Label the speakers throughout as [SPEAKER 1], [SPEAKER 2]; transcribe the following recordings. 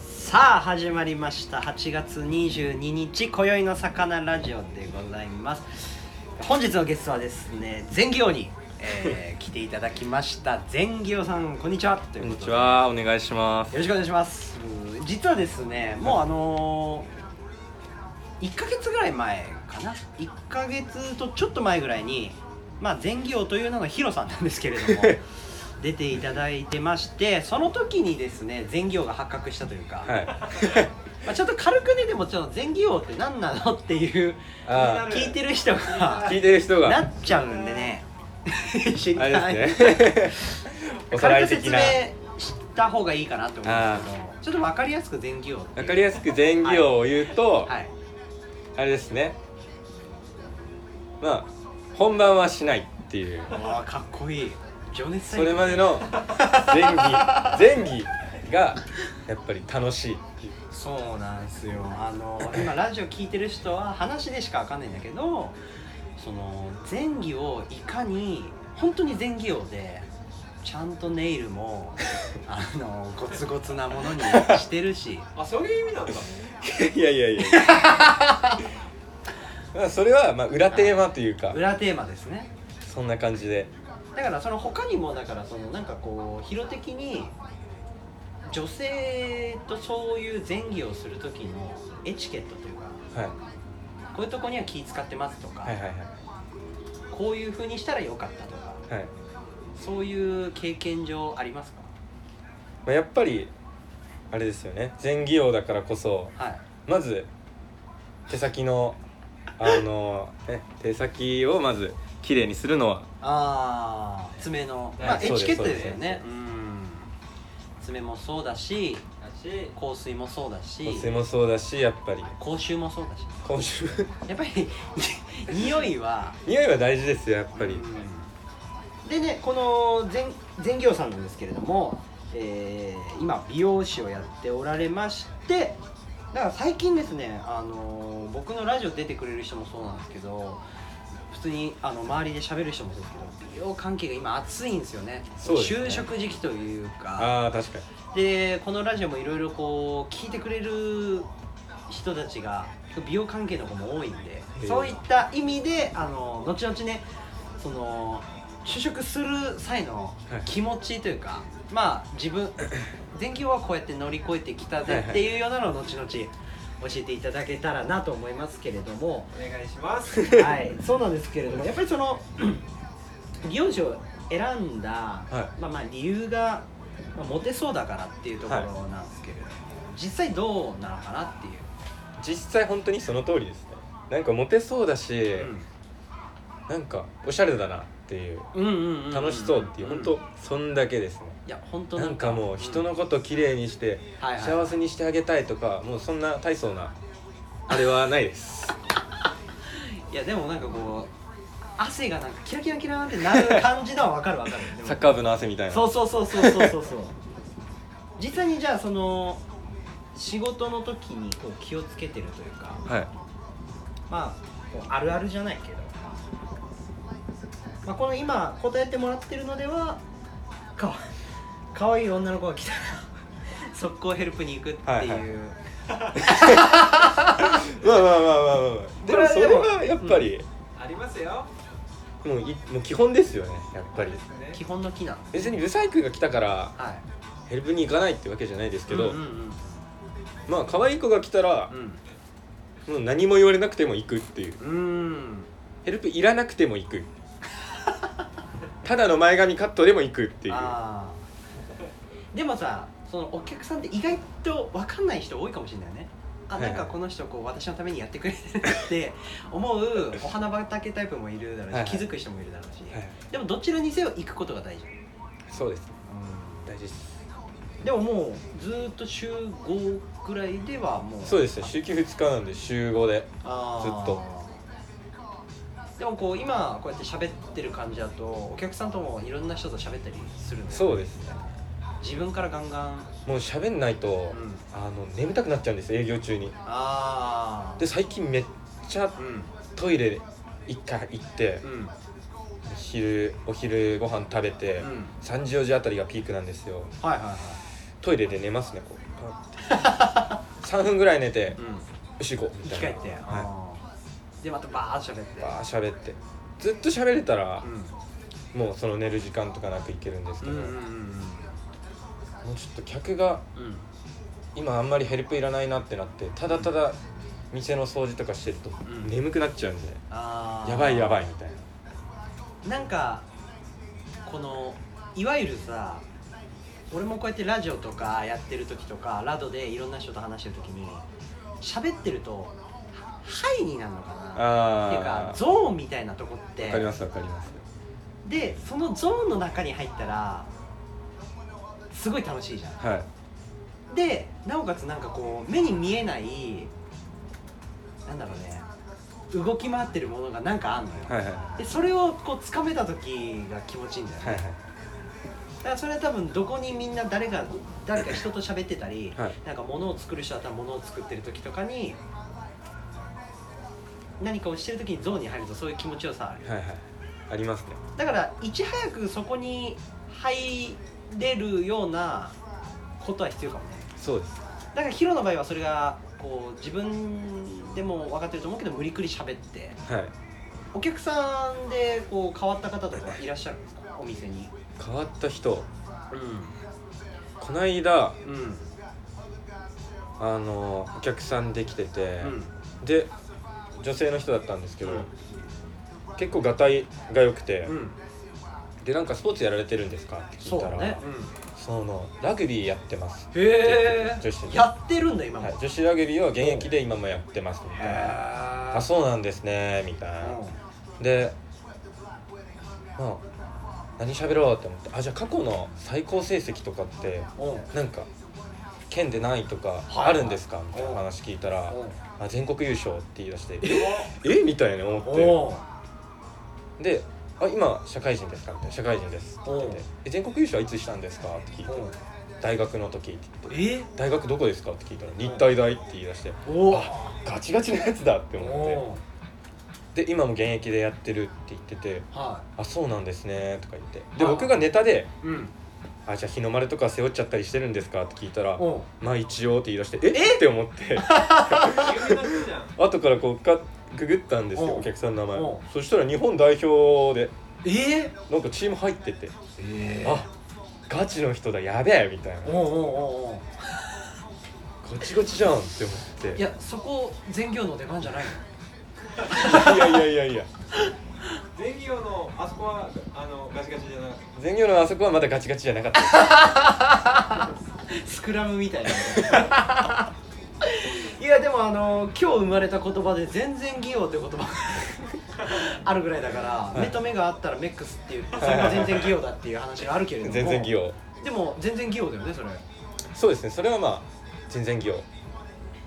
[SPEAKER 1] さあ始まりました8月22日今宵の魚ラジオでございます本日のゲストはですね善行に、え ー来ていただきました善行さんこんにちはとい
[SPEAKER 2] こ
[SPEAKER 1] うんこ
[SPEAKER 2] に
[SPEAKER 1] とで
[SPEAKER 2] ちは、お願いします。
[SPEAKER 1] よろしくお願いしますうん実はですねもうあのー、1ヶ月ぐらい前かな1ヶ月とちょっと前ぐらいにまあ善行という名のヒロさんなんですけれど も出ていただいてましてその時にですね善行が発覚したというか、
[SPEAKER 2] はい。
[SPEAKER 1] まあ、ちょっと軽くねでもちょっと前義王って何なのっていう
[SPEAKER 2] ああ
[SPEAKER 1] 聞いてる人が
[SPEAKER 2] 聞いてる人
[SPEAKER 1] な
[SPEAKER 2] が、
[SPEAKER 1] っちゃうんでね知り
[SPEAKER 2] あ
[SPEAKER 1] たい
[SPEAKER 2] れです ね。おさら
[SPEAKER 1] 軽
[SPEAKER 2] い
[SPEAKER 1] く
[SPEAKER 2] 的
[SPEAKER 1] 説
[SPEAKER 2] な
[SPEAKER 1] 明。した方がいいかなと思うんですけどちょっと分かりやすく前義王
[SPEAKER 2] わかりやすく前義を言うと、
[SPEAKER 1] はい
[SPEAKER 2] あれですね。まあ、本番はしないっていう、
[SPEAKER 1] わあかっこいい情熱
[SPEAKER 2] それ
[SPEAKER 1] 大
[SPEAKER 2] までの前義、 前義がやっぱり楽しいっていう。
[SPEAKER 1] そうなんですよあの今ラジオ聞いてる人は話でしか分かんないんだけどその前義をいかに本当に前義王でちゃんとネイル もあのゴツゴツなものにしてるし
[SPEAKER 3] あそういう意味なんだ
[SPEAKER 2] いやいやいや。まあそれはまあ裏テーマというか
[SPEAKER 1] 裏テーマですね
[SPEAKER 2] そんな感じで
[SPEAKER 1] だからその他にもだからそのなんかこう広的に女性とそういう前義をする時のエチケットというか
[SPEAKER 2] はい
[SPEAKER 1] こういうとこには気使ってますとか、
[SPEAKER 2] はいはい
[SPEAKER 1] こういう風にしたらよかったとか
[SPEAKER 2] はいはい
[SPEAKER 1] そういう経験上あります
[SPEAKER 2] まあ、やっぱりあれですよね前技王だからこそ
[SPEAKER 1] かはい
[SPEAKER 2] まず手先のあの、ね、手先をまず綺麗にするのは
[SPEAKER 1] ああ爪の、まあ、
[SPEAKER 2] はい
[SPEAKER 1] エチケットですよ
[SPEAKER 2] そうで
[SPEAKER 1] ね
[SPEAKER 2] す
[SPEAKER 1] うん爪もそうだし
[SPEAKER 3] だし
[SPEAKER 1] 香水もそうだし
[SPEAKER 2] 女性もそうだしやっぱり
[SPEAKER 1] 口臭もそうだし
[SPEAKER 2] 今週
[SPEAKER 1] やっぱり 匂いは
[SPEAKER 2] 匂いは大事ですよやっぱり、
[SPEAKER 1] うんでねこの全全業さんなんですけれども、えー今美容師をやっておられましてだから最近ですね、あのー僕のラジオ出てくれる人もそうなんですけど普通にあの周りで喋る人もそうですけど美容関係が今熱いんですよね
[SPEAKER 2] そうですね
[SPEAKER 1] 就職時期というか
[SPEAKER 2] ああ確かに
[SPEAKER 1] でこのラジオもいろいろこう聞いてくれる人たちが美容関係の子も多いんで
[SPEAKER 2] え
[SPEAKER 1] そういった意味であの後々ねその就職する際の
[SPEAKER 2] はい
[SPEAKER 1] 気持ちというか、まあ自 分前期はこうやって乗り越えてきた
[SPEAKER 2] はい
[SPEAKER 1] ぜ
[SPEAKER 2] はい
[SPEAKER 1] っていうようなのを後々教えていただけたらなと思いますけれども。
[SPEAKER 3] お願いします
[SPEAKER 1] はい、そうなんですけれども、やっぱりその美容師を選んだ、まあまあ理由が、まあ、モテそうだからっていうところなんですけれども、実際どうなのかなっていう。
[SPEAKER 2] 実際本当にその通りですねなんかモテそうだし、なんかおしゃれだなっていう
[SPEAKER 1] うん、うんうんうん
[SPEAKER 2] 楽しそうっていう、
[SPEAKER 1] ん
[SPEAKER 2] 本当そんだけですね
[SPEAKER 1] いや本当
[SPEAKER 2] なんかもう人のこと綺麗にして、
[SPEAKER 1] はいはい
[SPEAKER 2] 幸せにしてあげたいとかもうそんな大層なあれはないです
[SPEAKER 1] いやでもなんかこう汗がなんかキラキラキラーってなる感じのはわかるわかる。でも
[SPEAKER 2] サッカー部の汗みたいな
[SPEAKER 1] そうそうそうそうそうそうそう実際にじゃあその仕事の時にこう気をつけてるというか、
[SPEAKER 2] はい
[SPEAKER 1] まあこうあるあるじゃないけど、まあ、この今答えてもらってるのではかわかわいい女の子が来たら 速攻ヘルプに行くっていう、
[SPEAKER 2] はいはいまあまあまあまあまあ、まあ、でもそれはやっぱり、
[SPEAKER 3] ありますよ
[SPEAKER 2] もういもう基本ですよねやっぱり
[SPEAKER 3] ね
[SPEAKER 1] 基本の木なんです
[SPEAKER 2] 別にブサイクが来たから
[SPEAKER 1] はい
[SPEAKER 2] ヘルプに行かないってわけじゃないですけど、
[SPEAKER 1] うんうん
[SPEAKER 2] まあ可愛い子が来たら
[SPEAKER 1] う、ん
[SPEAKER 2] もう何も言われなくても行くっていう
[SPEAKER 1] うんうん
[SPEAKER 2] ヘルプいらなくても行 くただの前髪カットでも行くっていう
[SPEAKER 1] あーでもさそのお客さんって意外と分かんない人多いかもしれないねあ
[SPEAKER 2] はいは
[SPEAKER 1] ないんかこの人こう私のためにやってくれてるって思うお花畑タイプもいるだろうし、
[SPEAKER 2] はいはい
[SPEAKER 1] 気づく人もいるだろうし、
[SPEAKER 2] はい
[SPEAKER 1] でもどちらにせよ行くことが大事、
[SPEAKER 2] そうです大事です
[SPEAKER 1] でももうずーっと週5ぐらいではもう
[SPEAKER 2] そうですね週休2日なんで週5で
[SPEAKER 1] あー
[SPEAKER 2] ずっと
[SPEAKER 1] でもこう今こうやって喋ってる感じだとお客さんともいろんな人と喋ったりするの
[SPEAKER 2] そうですね
[SPEAKER 1] 自分からガンガン
[SPEAKER 2] もう喋んないと、
[SPEAKER 1] うん
[SPEAKER 2] あの眠たくなっちゃうんです営業中に
[SPEAKER 1] ああ
[SPEAKER 2] で最近めっちゃ
[SPEAKER 1] うん
[SPEAKER 2] トイレ一回行って、
[SPEAKER 1] うん
[SPEAKER 2] 昼お昼ご飯食べて、
[SPEAKER 1] うん
[SPEAKER 2] 3時4時あたりがピークなんですよ
[SPEAKER 1] はいはいはい
[SPEAKER 2] トイレで寝ますねこうパッて3分ぐらい寝て、よし行こう
[SPEAKER 1] 生
[SPEAKER 2] みた
[SPEAKER 1] き
[SPEAKER 2] い
[SPEAKER 1] 返
[SPEAKER 2] な
[SPEAKER 1] って、
[SPEAKER 2] は
[SPEAKER 1] あーでまたバーッしゃべって
[SPEAKER 2] い、バー喋ってずっと喋れたら
[SPEAKER 1] う、ん
[SPEAKER 2] もうその寝る時間とかなく行けるんですけ
[SPEAKER 1] う
[SPEAKER 2] ど、
[SPEAKER 1] んうん
[SPEAKER 2] もうちょっと客が
[SPEAKER 1] うんうん
[SPEAKER 2] 今あんまりヘルプいらないなってなってただただ店の掃除とかしてると、
[SPEAKER 1] ん
[SPEAKER 2] 眠くなっちゃうんで
[SPEAKER 1] あー
[SPEAKER 2] やばいやばいみたいな
[SPEAKER 1] なんかこのいわゆるさ俺もこうやってラジオとかやってる時とかラドでいろんな人と話してる時に喋ってると「はい」になるのかなっていうか
[SPEAKER 2] あ
[SPEAKER 1] ゾーンみたいなとこっ
[SPEAKER 2] あわか
[SPEAKER 1] て
[SPEAKER 2] りますわかります
[SPEAKER 1] でそのゾーンの中に入ったらすごい楽しいじゃん
[SPEAKER 2] はい
[SPEAKER 1] でなおかつなんかこう目に見えないなんだろうね動き回ってるものがなんかあんのよ、
[SPEAKER 2] はいはい
[SPEAKER 1] でそれをこう掴めた時が気持ちいいんだよね、
[SPEAKER 2] はい
[SPEAKER 1] だからそれは多分どこにみんな誰が誰か人と喋ってたり、
[SPEAKER 2] はい
[SPEAKER 1] なんか物を作る人だったら物を作ってる時とかに何かをしてる時にゾーンに入るとそういう気持ちよさあるよ
[SPEAKER 2] はいはいありますね
[SPEAKER 1] だからいち早くそこに入れるようなことは必要かもね
[SPEAKER 2] そうです
[SPEAKER 1] だからヒロの場合はそれがこう自分でも分かってると思うけど無理くり喋って
[SPEAKER 2] はい
[SPEAKER 1] お客さんでこう変わった方とかいらっしゃるんですかお店に
[SPEAKER 2] 変わった人
[SPEAKER 1] う
[SPEAKER 2] こないだ
[SPEAKER 1] んうん
[SPEAKER 2] あのお客さんで来てて、
[SPEAKER 1] うん
[SPEAKER 2] で女性の人だったんですけど、
[SPEAKER 1] うん
[SPEAKER 2] 結構がたいが良くて、
[SPEAKER 1] うん
[SPEAKER 2] でなんかスポーツやられてるんですかって聞
[SPEAKER 1] そ
[SPEAKER 2] いうた
[SPEAKER 1] だ
[SPEAKER 2] ら
[SPEAKER 1] ね、
[SPEAKER 2] そのラグビーやってます、
[SPEAKER 1] へえ
[SPEAKER 2] 女子で
[SPEAKER 1] やってるんだ今も、
[SPEAKER 2] はい、女子ラグビーを現役で今もやってますみたいな
[SPEAKER 1] へ
[SPEAKER 2] あそうなんですねみたいなでまあ何喋ろうって思ってあじゃあ過去の最高成績とかって
[SPEAKER 1] うんうんうん
[SPEAKER 2] なんか県で何位とか
[SPEAKER 1] はい
[SPEAKER 2] あるんですかみたいな話聞いたらあ全国優勝って言い出してえみたいな思っ
[SPEAKER 1] おう
[SPEAKER 2] てであ今社会人ですかみたいな社会人ですって言ってて
[SPEAKER 1] うん
[SPEAKER 2] え全国優勝はいつしたんですかって聞いて
[SPEAKER 1] おう
[SPEAKER 2] 大学の時って言って
[SPEAKER 1] え
[SPEAKER 2] 大学どこですかって聞いたら日体大って言い出して
[SPEAKER 1] おう
[SPEAKER 2] あガチガチのやつだって思
[SPEAKER 1] おう
[SPEAKER 2] ってで今も現役でやってるって言ってて
[SPEAKER 1] は
[SPEAKER 2] あそうなんですねとか言ってで
[SPEAKER 1] あ
[SPEAKER 2] 僕がネタで
[SPEAKER 1] いうん
[SPEAKER 2] あじゃあ日の丸とか背負っちゃったりしてるんですかって聞いたら
[SPEAKER 1] おう
[SPEAKER 2] まあ一応って言い出してえって 思って
[SPEAKER 3] 急になったじゃん
[SPEAKER 2] 後からこうかググったんですよ
[SPEAKER 1] うん
[SPEAKER 2] お客さんの名
[SPEAKER 1] うん
[SPEAKER 2] 前そしたら日本代表で
[SPEAKER 1] え
[SPEAKER 2] なんかチーム入ってて
[SPEAKER 1] え
[SPEAKER 2] あガチの人だやべえみたいな
[SPEAKER 1] おうおうおうおう
[SPEAKER 2] ガチガチじゃんって思って
[SPEAKER 1] いやそこ全業の出番じゃないの
[SPEAKER 2] いやいやいやいや
[SPEAKER 3] 全業のあそこはあのガチガチじゃなかった
[SPEAKER 2] 全業のあそこはまだガチガチじゃなかったです
[SPEAKER 1] スクラムみたいな いやでもあの今日生まれた言葉で「全然技王」って言葉が あるぐらいだから、目
[SPEAKER 2] い
[SPEAKER 1] と目があったらメックスっていうそれが全然技王だ っていう話があるけれども
[SPEAKER 2] 全然技王
[SPEAKER 1] でも全然技王だよねそれ
[SPEAKER 2] そうですねそれはまあ全然技王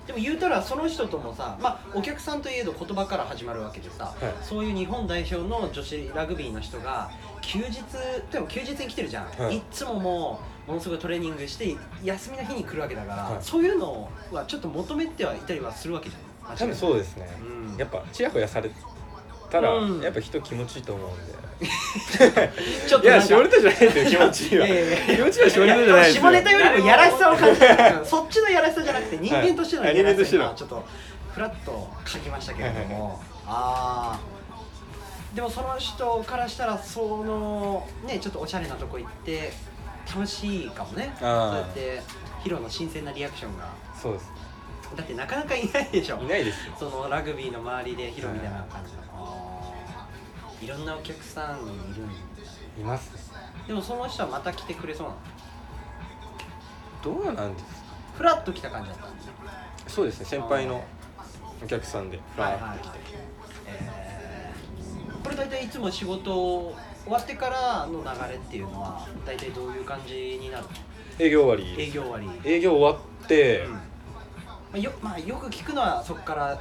[SPEAKER 1] でも言うたらその人ともさまあお客さんといえど言葉から始まるわけでさ、
[SPEAKER 2] い
[SPEAKER 1] そういう日本代表の女子ラグビーの人が休日でも休日に来てるじゃん、
[SPEAKER 2] はい
[SPEAKER 1] い、つももうものすごいトレーニングして休みの日に来るわけだから、
[SPEAKER 2] はい
[SPEAKER 1] そういうのはちょっと求めてはいたりはするわけじゃん
[SPEAKER 2] 多分
[SPEAKER 1] う
[SPEAKER 2] そうですね
[SPEAKER 1] うん
[SPEAKER 2] やっぱチヤホヤされたら
[SPEAKER 1] うん
[SPEAKER 2] やっぱ人気持ちいいと思うんで
[SPEAKER 1] ちょっ
[SPEAKER 2] い
[SPEAKER 1] とな
[SPEAKER 2] や、
[SPEAKER 1] んか
[SPEAKER 2] しおれたじゃないですよ、気持ちいいわ。
[SPEAKER 1] いやいやいや
[SPEAKER 2] 気持ちいいはしおれたじゃないですよ。
[SPEAKER 1] 下ネタよりもやらしさを感じたうん そっちのやらしさじゃなくて人間としての
[SPEAKER 2] はい
[SPEAKER 1] やらしさ
[SPEAKER 2] 人間としての
[SPEAKER 1] 今ちょっとフラッと書きましたけれども、
[SPEAKER 2] はいはいは
[SPEAKER 1] あーでもその人からしたらそのねちょっとおしゃれなとこ行って楽しいかもねそうや
[SPEAKER 2] あ
[SPEAKER 1] っ
[SPEAKER 2] ー
[SPEAKER 1] てヒロの新鮮なリアクションが
[SPEAKER 2] そうです。
[SPEAKER 1] だってなかなかいないでしょ
[SPEAKER 2] いないですよ。
[SPEAKER 1] そのラグビーの周りでヒロみたいな感じの、あーいろんなお客さんいるんだ
[SPEAKER 2] います。
[SPEAKER 1] でもその人はまた来てくれそうなの
[SPEAKER 2] どうなんです
[SPEAKER 1] フラッと来た感じだったんだ
[SPEAKER 2] か。そうですね、先輩のお客さんで、ふ
[SPEAKER 1] はい
[SPEAKER 2] ら
[SPEAKER 1] はい
[SPEAKER 2] ーってきて。
[SPEAKER 1] えーこれ大体いつも仕事終わってからの流れっていうのは大体どういう感じになるの
[SPEAKER 2] 営業終わ
[SPEAKER 1] 営
[SPEAKER 2] り。
[SPEAKER 1] 業終わり、
[SPEAKER 2] 営業終わって
[SPEAKER 1] うん。まあ、よまあよく聞くのはそこから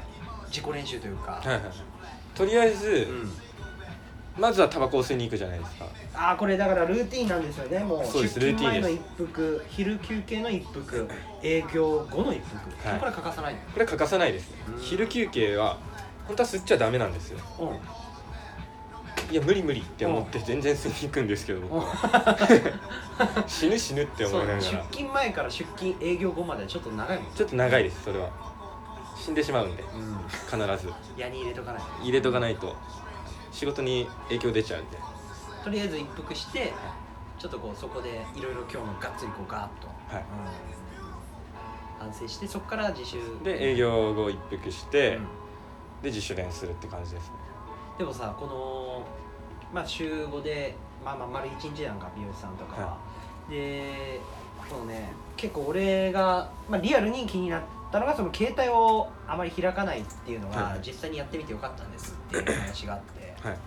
[SPEAKER 1] 自己練習というか、
[SPEAKER 2] はいはい。とりあえず
[SPEAKER 1] う、ん、
[SPEAKER 2] まずはタバコを吸いに行くじゃないですか。
[SPEAKER 1] ああこれだからルーティンなんですよねもう
[SPEAKER 2] そうです
[SPEAKER 1] 出勤前
[SPEAKER 2] ル
[SPEAKER 1] の
[SPEAKER 2] ーティ
[SPEAKER 1] 一服昼休憩の一服営業後の一服、
[SPEAKER 2] はい
[SPEAKER 1] これは欠かさない
[SPEAKER 2] これ欠かさないですね
[SPEAKER 1] うん。
[SPEAKER 2] 昼休憩は、本当は吸っちゃダメなんですよ。
[SPEAKER 1] の、うん、
[SPEAKER 2] いや無理無理って思って全然吸いに行くんですけど僕は死ぬ死ぬって思いなが ら
[SPEAKER 1] そう出
[SPEAKER 2] ち
[SPEAKER 1] 勤前から出勤営業後までちょっと長いもん、
[SPEAKER 2] ょっと長いですそれは死んでしまうんで
[SPEAKER 1] う
[SPEAKER 2] 必ず
[SPEAKER 1] ん、矢に入れとかない
[SPEAKER 2] 入れとかないと仕事に影響出ちゃうんで
[SPEAKER 1] とりあえず一服してちょっとこうそこでいろいろ今日もがっつりこうガーッと、
[SPEAKER 2] はい
[SPEAKER 1] うん、反省してそこから自習
[SPEAKER 2] で営業後一服して、
[SPEAKER 1] うん
[SPEAKER 2] で自主練するって感じですね
[SPEAKER 1] でもさこのまあ週5でまあまあ丸1日なんか美容師さんとかは、
[SPEAKER 2] は
[SPEAKER 1] でそうね結構俺が、まあ、リアルに気になったのがその携帯をあまり開かないっていうのが、
[SPEAKER 2] はいはい
[SPEAKER 1] 実際にやってみてよかったんですっていう話があ って
[SPEAKER 2] はい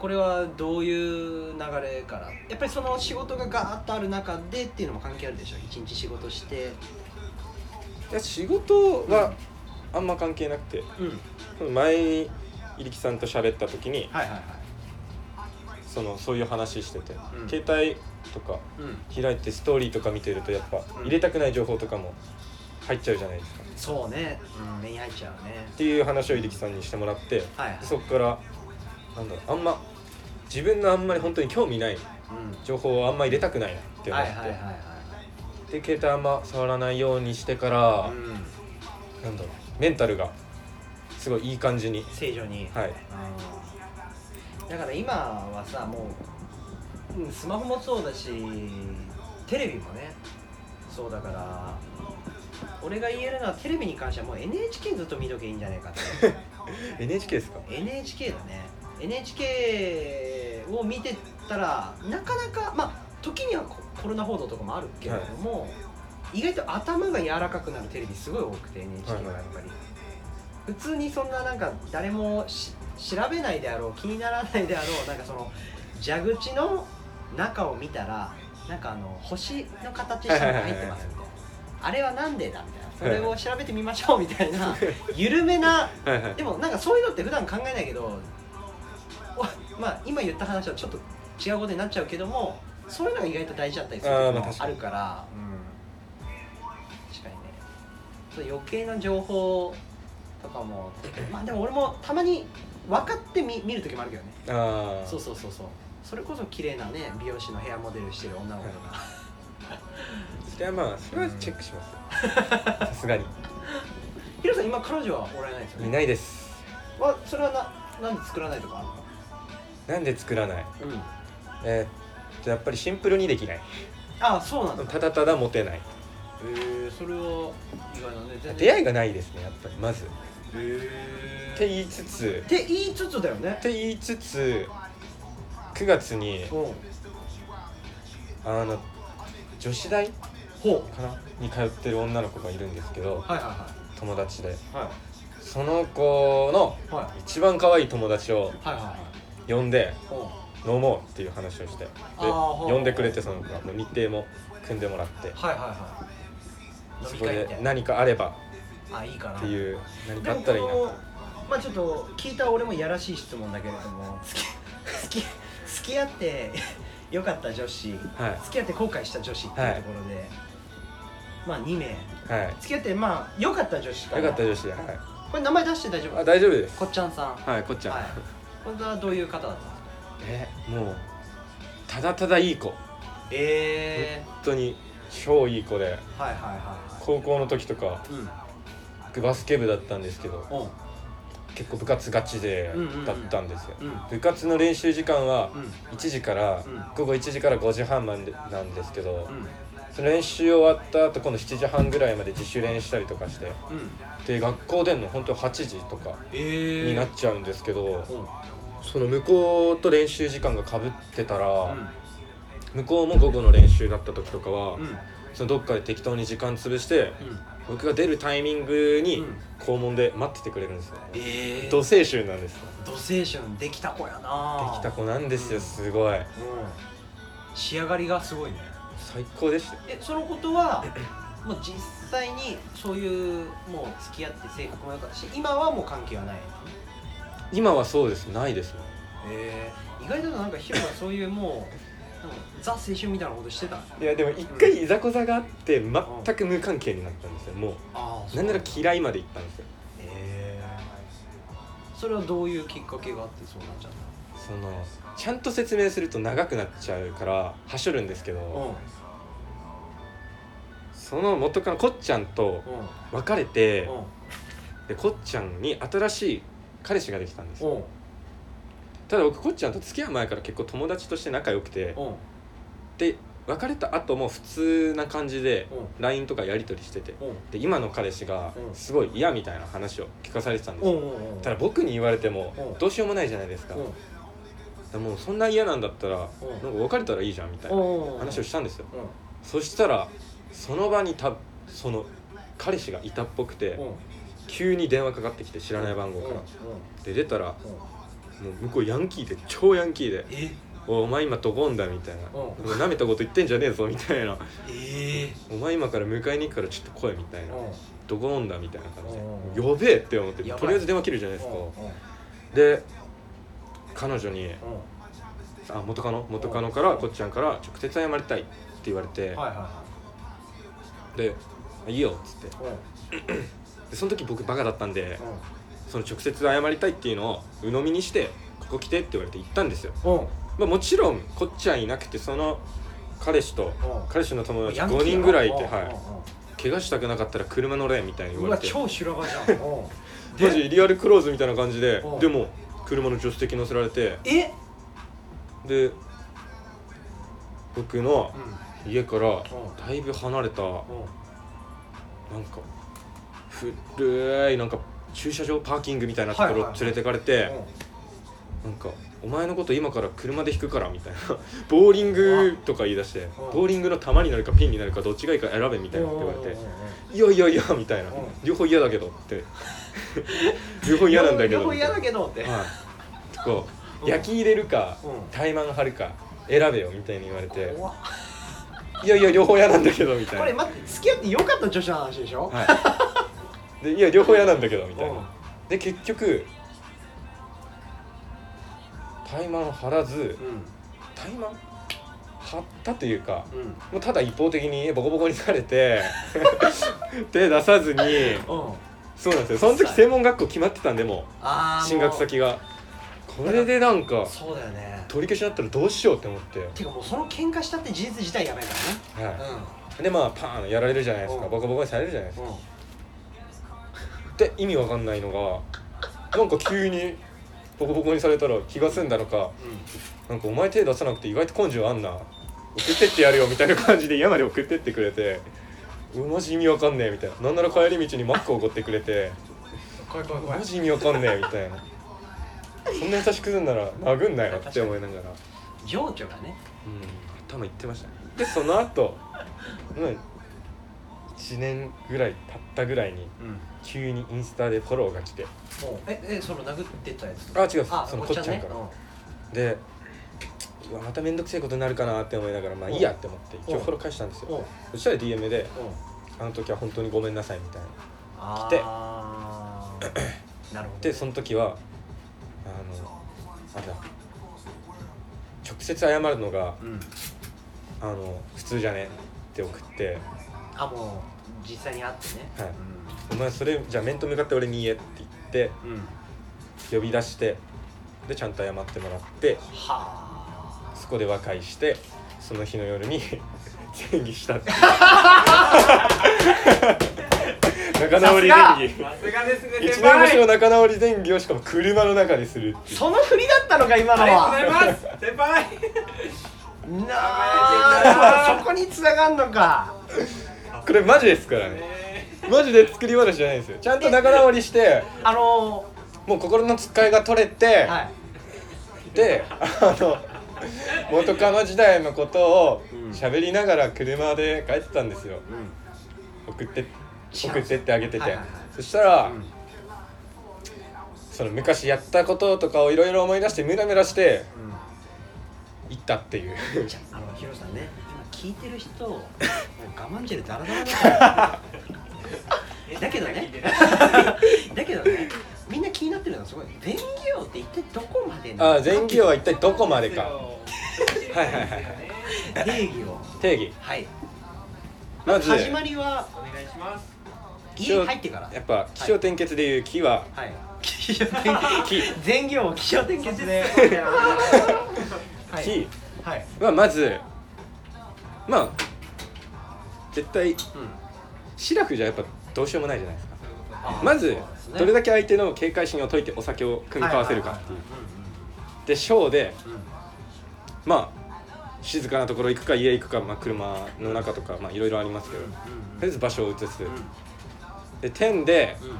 [SPEAKER 1] これはどういう流れからやっぱりその仕事がガーッとある中でっていうのも関係あるでしょ一日仕事して
[SPEAKER 2] いや仕事はあんま関係なくて
[SPEAKER 1] うん
[SPEAKER 2] 前に入木さんと喋った時に
[SPEAKER 1] はいはいはい
[SPEAKER 2] そのそういう話してて、
[SPEAKER 1] うん
[SPEAKER 2] 携帯とか
[SPEAKER 1] うん
[SPEAKER 2] 開いてストーリーとか見てるとやっぱ
[SPEAKER 1] うん
[SPEAKER 2] 入れたくない情報とかも入っちゃうじゃないですかっ
[SPEAKER 1] そうね、うん、目に入っちゃうね
[SPEAKER 2] ていう話を入木さんにしてもらって
[SPEAKER 1] はいはい
[SPEAKER 2] そこからなんだろうあんま自分のあんまり本当に興味ない
[SPEAKER 1] うん
[SPEAKER 2] 情報をあんま入れたくないなって思
[SPEAKER 1] は
[SPEAKER 2] っ
[SPEAKER 1] い
[SPEAKER 2] て、
[SPEAKER 1] はいはいはい
[SPEAKER 2] で携帯あんま触らないようにしてから、
[SPEAKER 1] うん
[SPEAKER 2] なんだろうメンタルがすごいいい感じに
[SPEAKER 1] 正常に、
[SPEAKER 2] はい
[SPEAKER 1] うんだから今はさもううんスマホもそうだしテレビもねそうだから俺が言えるのはテレビに関してはもう NHK ずっと見とけいいんじゃないかって
[SPEAKER 2] NHK ですか
[SPEAKER 1] NHK だね NHK を見てたらなかなかまあ時にはココロナ報道とかもあるけれども、意外と頭が柔らかくなるテレビすごい多くて NHK はやっぱり、普通にそんななんか誰もし調べないであろう気にならないであろうなんかその蛇口の中を見たらなんかあの星の形したのが入ってますみたいなあれはなんでだみたいなそれを調べてみましょうみたい な緩めな
[SPEAKER 2] はいはい
[SPEAKER 1] でもなんかそういうのって普段考えないけどおまあ今言った話はちょっと違うことになっちゃうけどもそういうのが意外と大事だったりする
[SPEAKER 2] あ
[SPEAKER 1] こ
[SPEAKER 2] ーまあ
[SPEAKER 1] とも
[SPEAKER 2] 確
[SPEAKER 1] あ
[SPEAKER 2] かに
[SPEAKER 1] るから、うん、確かにねそう余計な情報とかもまあでも俺もたまに分かってみ見る時もあるけどね
[SPEAKER 2] ああ
[SPEAKER 1] そうそうそうそうそれこそ綺麗なね美容師のヘアモデルしてる女の子とか
[SPEAKER 2] それはまあそれはチェックしますよ さすがに
[SPEAKER 1] ヒロさん今彼女はおられないですよね
[SPEAKER 2] いないです
[SPEAKER 1] わそれはななんで作らないとかあ
[SPEAKER 2] なんで作らない
[SPEAKER 1] るのうん
[SPEAKER 2] えーっとやっぱりシンプルにできない
[SPEAKER 1] ああそうなんだ
[SPEAKER 2] ただただモテない
[SPEAKER 1] えー、それは意外だね全然
[SPEAKER 2] 出会いがないですねやっぱりまずっ
[SPEAKER 1] へ
[SPEAKER 2] て
[SPEAKER 1] ー
[SPEAKER 2] 言いつつ
[SPEAKER 1] って言いつつだよね
[SPEAKER 2] って言いつつ9月に
[SPEAKER 1] うん
[SPEAKER 2] あの女子大か
[SPEAKER 1] ほう
[SPEAKER 2] なに通ってる女の子がいるんですけど
[SPEAKER 1] はいは
[SPEAKER 2] 友達で
[SPEAKER 1] いはい
[SPEAKER 2] その子の
[SPEAKER 1] はいはい
[SPEAKER 2] 一番可愛い友達を
[SPEAKER 1] はいはいはい
[SPEAKER 2] 呼んで
[SPEAKER 1] ほう
[SPEAKER 2] 飲もうっていう話をしてで
[SPEAKER 1] あーほう
[SPEAKER 2] 呼んでくれてその子がもう日程も組んでもらって
[SPEAKER 1] はいはいはい
[SPEAKER 2] そ
[SPEAKER 1] 飲み
[SPEAKER 2] こ
[SPEAKER 1] 会み
[SPEAKER 2] で
[SPEAKER 1] たいな
[SPEAKER 2] 何かあれば
[SPEAKER 1] あいいかな
[SPEAKER 2] っていう何
[SPEAKER 1] で
[SPEAKER 2] かあ
[SPEAKER 1] も
[SPEAKER 2] った
[SPEAKER 1] こ
[SPEAKER 2] らいいな
[SPEAKER 1] のまあちょっと聞いた俺もやらしい質問だけれども付き付き付き合ってよかった女子付
[SPEAKER 2] は
[SPEAKER 1] き合って後悔した女子っていうところで、まあ2名
[SPEAKER 2] いはい
[SPEAKER 1] 付き合ってまあ良かった女子か
[SPEAKER 2] よ
[SPEAKER 1] な
[SPEAKER 2] かった女子で、はい、
[SPEAKER 1] これ名前出して大丈
[SPEAKER 2] あ
[SPEAKER 1] 夫
[SPEAKER 2] 大丈夫です
[SPEAKER 1] こっちゃんさん
[SPEAKER 2] はいこっちゃん、
[SPEAKER 1] はい本当はどういう方だったんですか
[SPEAKER 2] えもうただただいい子
[SPEAKER 1] え
[SPEAKER 2] 本当に超いい子で
[SPEAKER 1] ー、はいはいは
[SPEAKER 2] 高校の時とか
[SPEAKER 1] いはいうん
[SPEAKER 2] 僕バスケ部だったんですけど
[SPEAKER 1] おう
[SPEAKER 2] 結構部活ガチで
[SPEAKER 1] うんうんうん
[SPEAKER 2] だったんですよ、
[SPEAKER 1] うん
[SPEAKER 2] 部活の練習時間は
[SPEAKER 1] うん
[SPEAKER 2] 1時から、
[SPEAKER 1] うん
[SPEAKER 2] 午後1時から5時半までなんですけど
[SPEAKER 1] う、ん
[SPEAKER 2] その練習終わった後今度7時半ぐらいまで自主練したりとかして
[SPEAKER 1] うん
[SPEAKER 2] で学校出んの本当8時とか
[SPEAKER 1] えー
[SPEAKER 2] になっちゃうんですけど、
[SPEAKER 1] おう
[SPEAKER 2] その向こうと練習時間がかぶってたら、
[SPEAKER 1] うん
[SPEAKER 2] 向こうも午後の練習だった時とかは、
[SPEAKER 1] うん
[SPEAKER 2] そのどっかで適当に時間潰して
[SPEAKER 1] うん
[SPEAKER 2] 僕が出るタイミングに
[SPEAKER 1] うん
[SPEAKER 2] 校門で待っててくれるんですよ、
[SPEAKER 1] えー
[SPEAKER 2] 土青春なんですよ
[SPEAKER 1] 土青春できた子やな
[SPEAKER 2] できた子なんです
[SPEAKER 1] う
[SPEAKER 2] よ
[SPEAKER 1] ん
[SPEAKER 2] すごい
[SPEAKER 1] うん仕上がりがすごいね
[SPEAKER 2] 最高でしたよ
[SPEAKER 1] えそのことはもう実際にそういうもう付き合って性格も良かったし今はもう関係はない
[SPEAKER 2] 今はそうですないですね
[SPEAKER 1] えー、意外となんかヒロがそういうもうなんかザ青春みたいなことしてたあ
[SPEAKER 2] いやでも一回いざこざがあって全く無関係になったんですよも
[SPEAKER 1] あ
[SPEAKER 2] うなんなら嫌いまで行ったんですよ
[SPEAKER 1] ええそれはどういうきっかけがあってそうなっちゃっ
[SPEAKER 2] そのちゃんと説明すると長くなっちゃうからはしょるんですけど、
[SPEAKER 1] う
[SPEAKER 2] その元カノこっちゃんと
[SPEAKER 1] んうん
[SPEAKER 2] 別れて、
[SPEAKER 1] うん
[SPEAKER 2] でこっちゃんに新しい彼氏ができたんですよ
[SPEAKER 1] うん
[SPEAKER 2] ただ僕こっちゃんと付き合う前から結構友達として仲良くて
[SPEAKER 1] うん
[SPEAKER 2] で別れた後も普通な感じで
[SPEAKER 1] うん
[SPEAKER 2] LINE とかやり取りしてて
[SPEAKER 1] うん
[SPEAKER 2] で今の彼氏が
[SPEAKER 1] うん
[SPEAKER 2] すごい嫌みたいな話を聞かされてたんです
[SPEAKER 1] う
[SPEAKER 2] よ
[SPEAKER 1] んうんうん
[SPEAKER 2] ただ僕に言われても
[SPEAKER 1] うん
[SPEAKER 2] どうしようもないじゃないですか
[SPEAKER 1] うん
[SPEAKER 2] だからもうそんな嫌なんだったらなんか
[SPEAKER 1] うん
[SPEAKER 2] 別れたらいいじゃんみたいな
[SPEAKER 1] うんうん
[SPEAKER 2] 話をしたんですよ
[SPEAKER 1] うん
[SPEAKER 2] そしたらその場にたその彼氏がいたっぽくて
[SPEAKER 1] うん
[SPEAKER 2] 急に電話かかってきて知らない番号から
[SPEAKER 1] うんうん
[SPEAKER 2] で出たらも
[SPEAKER 1] うん
[SPEAKER 2] う向こうヤンキーで超ヤンキーで
[SPEAKER 1] え
[SPEAKER 2] 「おお前今どこんだ」みたいな「
[SPEAKER 1] う
[SPEAKER 2] なめたこと言ってんじゃねえぞ」みたいな
[SPEAKER 1] え
[SPEAKER 2] 「お前今から迎えに行くからちょっと来い」みたいな
[SPEAKER 1] うん
[SPEAKER 2] 「どこんだ」みたいな感じ
[SPEAKER 1] う
[SPEAKER 2] で「やべえ」って思って
[SPEAKER 1] やばい
[SPEAKER 2] とりあえず電話切るじゃないですか
[SPEAKER 1] う
[SPEAKER 2] で彼女に
[SPEAKER 1] んうん
[SPEAKER 2] 「あ元カノ元カノからこっちゃんから直接謝りたい」って言われて
[SPEAKER 1] はいはいは
[SPEAKER 2] で「いいよ」っつっ
[SPEAKER 1] い
[SPEAKER 2] て
[SPEAKER 1] うん
[SPEAKER 2] でその時僕バカだったんで
[SPEAKER 1] うん
[SPEAKER 2] その直接謝りたいっていうのを鵜呑みにして「ここ来て」って言われて行ったんですよ
[SPEAKER 1] うん
[SPEAKER 2] まあ、もちろんこっちゃんいなくてその彼氏と
[SPEAKER 1] うん
[SPEAKER 2] 彼氏の友達
[SPEAKER 1] ヤンキー
[SPEAKER 2] 5人ぐらいい
[SPEAKER 1] うん
[SPEAKER 2] て、
[SPEAKER 1] うんう
[SPEAKER 2] はい、怪我したくなかったら車乗れみたいに
[SPEAKER 1] んう
[SPEAKER 2] 言わ
[SPEAKER 1] わ
[SPEAKER 2] れて
[SPEAKER 1] 超修羅場じゃんうん
[SPEAKER 2] マジリアルクローズみたいな感じで
[SPEAKER 1] うん
[SPEAKER 2] でも車の助手席乗せられて
[SPEAKER 1] え
[SPEAKER 2] で僕の
[SPEAKER 1] う
[SPEAKER 2] 家から
[SPEAKER 1] ん
[SPEAKER 2] だいぶ離れたな
[SPEAKER 1] ん
[SPEAKER 2] ん
[SPEAKER 1] うん
[SPEAKER 2] か古いなんか駐車場パーキングみたいなところ
[SPEAKER 1] はいはい
[SPEAKER 2] 連
[SPEAKER 1] はい
[SPEAKER 2] れてかれてなんか「お前のこと今から車で引くから」みたいな 「ボーリング」とか言い出して
[SPEAKER 1] うん
[SPEAKER 2] 「ボーリングの球になるかピンになるかどっちがいいか選べ」みたいなって言われて「いやいやいや」みたいな
[SPEAKER 1] うん
[SPEAKER 2] 「両方嫌だけど」って 両方嫌なんだけど
[SPEAKER 1] 両方嫌だ
[SPEAKER 2] ど
[SPEAKER 1] けどって
[SPEAKER 2] はいとか「
[SPEAKER 1] うん
[SPEAKER 2] 焼き入れるか
[SPEAKER 1] うん
[SPEAKER 2] 怠慢張るか選べよ」みたいに言われて
[SPEAKER 1] 怖っ
[SPEAKER 2] 「いやいや両方嫌なんだけど」みたいな
[SPEAKER 1] これ待って付き合ってよかった女子の話でしょ
[SPEAKER 2] はい、でいや両方嫌なんだけどみたい
[SPEAKER 1] うん
[SPEAKER 2] なで結局怠慢張らず
[SPEAKER 1] う
[SPEAKER 2] 怠慢張ったというか
[SPEAKER 1] んうん
[SPEAKER 2] もうただ一方的にボコボコにされて手出さず
[SPEAKER 1] う
[SPEAKER 2] に
[SPEAKER 1] ん
[SPEAKER 2] そうなんですよその時専門学校決まってたんでも
[SPEAKER 1] あ
[SPEAKER 2] う
[SPEAKER 1] ー
[SPEAKER 2] 進学先がこれでなんか
[SPEAKER 1] もうそうだよね
[SPEAKER 2] 取り消しになったらどうしようって思って、
[SPEAKER 1] てかもうその喧嘩したって事実自体やばいか
[SPEAKER 2] は
[SPEAKER 1] らね
[SPEAKER 2] い、でまあパーンやられるじゃないですか
[SPEAKER 1] うん
[SPEAKER 2] ボコボコにされるじゃないです
[SPEAKER 1] う
[SPEAKER 2] か
[SPEAKER 1] んうん
[SPEAKER 2] で意味わかんないのがなんか急にボコボコにされたら気が済んだのかなんかお前手出さなくて意外と根性あんな送ってってやるよみたいな感じで家まで送ってってくれてうわマジ意味わかんねえみたいななんなら帰り道にマックおごってくれて
[SPEAKER 1] 怖い怖い怖い
[SPEAKER 2] マジ意味わかんねえみたいなそんな優しくすんなら殴んなよって思いながら、うん、
[SPEAKER 1] 情緒がね
[SPEAKER 2] 頭いってましたねでその後うん1年ぐらい経ったぐらいに
[SPEAKER 1] うん
[SPEAKER 2] 急にインスタでフォローが来て
[SPEAKER 1] ええその殴ってたやつ
[SPEAKER 2] あ違う
[SPEAKER 1] あ
[SPEAKER 2] その
[SPEAKER 1] おっちゃん
[SPEAKER 2] こっちゃん
[SPEAKER 1] ね
[SPEAKER 2] から
[SPEAKER 1] うん
[SPEAKER 2] でうわまた面倒くせえことになるかなって思いながらまあいいやって思って一
[SPEAKER 1] う
[SPEAKER 2] 応
[SPEAKER 1] ん
[SPEAKER 2] フォロー返したんです
[SPEAKER 1] うん
[SPEAKER 2] よそしたら DM で
[SPEAKER 1] うん
[SPEAKER 2] 「あの時は本当にごめんなさい」みたいなて
[SPEAKER 1] あー なるほど
[SPEAKER 2] でその時はあのあれだ直接謝るのが
[SPEAKER 1] うん
[SPEAKER 2] 「あの普通じゃね」って送って
[SPEAKER 1] あもう実際に会ってね
[SPEAKER 2] はい「お前それじゃあ面と向かって俺に言え」って言っ
[SPEAKER 1] うんうんは
[SPEAKER 2] て呼び出してでちゃんと謝ってもらって
[SPEAKER 1] あ
[SPEAKER 2] そこで和解してその日の夜に 前儀したっていう仲直り前儀
[SPEAKER 3] さすがですね
[SPEAKER 2] 一
[SPEAKER 3] 先
[SPEAKER 2] 年越しの
[SPEAKER 3] 輩
[SPEAKER 2] 仲直り前儀をしかも車の中でするっていう
[SPEAKER 1] その振りだったのか今の
[SPEAKER 3] ありがと
[SPEAKER 1] は
[SPEAKER 3] うございます先輩
[SPEAKER 1] なあそこに繋がんのか
[SPEAKER 2] これマジですからねマジで作り話じゃないんですよちゃんと仲直りして
[SPEAKER 1] あの
[SPEAKER 2] もう心の使いが取れ
[SPEAKER 1] ー
[SPEAKER 2] て、
[SPEAKER 1] はい
[SPEAKER 2] であの元カノ時代のことを
[SPEAKER 1] うん
[SPEAKER 2] 喋りながら車で帰ってたんですよ
[SPEAKER 1] うん
[SPEAKER 2] 送って送ってってあげてて、
[SPEAKER 1] はいはいはい
[SPEAKER 2] そしたら、
[SPEAKER 1] うん
[SPEAKER 2] その昔やったこととかをいろいろ思い出してムラムラして
[SPEAKER 1] うん
[SPEAKER 2] 行ったっていう
[SPEAKER 1] じゃああのヒロさんね今聞いてる人もう我慢してるダラダラだからだけどねだけどねみんな気になってるのはすごい前戯王って一体どこまでなの
[SPEAKER 2] ああ前戯王は一体どこまで
[SPEAKER 3] は
[SPEAKER 2] か
[SPEAKER 3] いはいはい
[SPEAKER 1] 定義を
[SPEAKER 2] 定義
[SPEAKER 1] はい
[SPEAKER 2] まず
[SPEAKER 1] 始まりは
[SPEAKER 3] お願いします
[SPEAKER 1] 家に入ってから
[SPEAKER 2] やっぱ気象転結でいう木は
[SPEAKER 1] はい起承転 結前行起承転結では
[SPEAKER 2] 木
[SPEAKER 1] はい
[SPEAKER 2] はまずまあ絶対
[SPEAKER 1] うん
[SPEAKER 2] シラフじゃやっぱどうしようもないじゃないですか
[SPEAKER 1] あ
[SPEAKER 2] まず
[SPEAKER 1] そうですね
[SPEAKER 2] どれだけ相手の警戒心を解いてお酒を組み交わせるかっていうでショーで
[SPEAKER 1] うんうんうん
[SPEAKER 2] まあ静かなところ行くか家行くか、まあ、車の中とかまあいろいろありますけどとりあえず場所を移す
[SPEAKER 1] うん
[SPEAKER 2] で点で
[SPEAKER 1] うんうん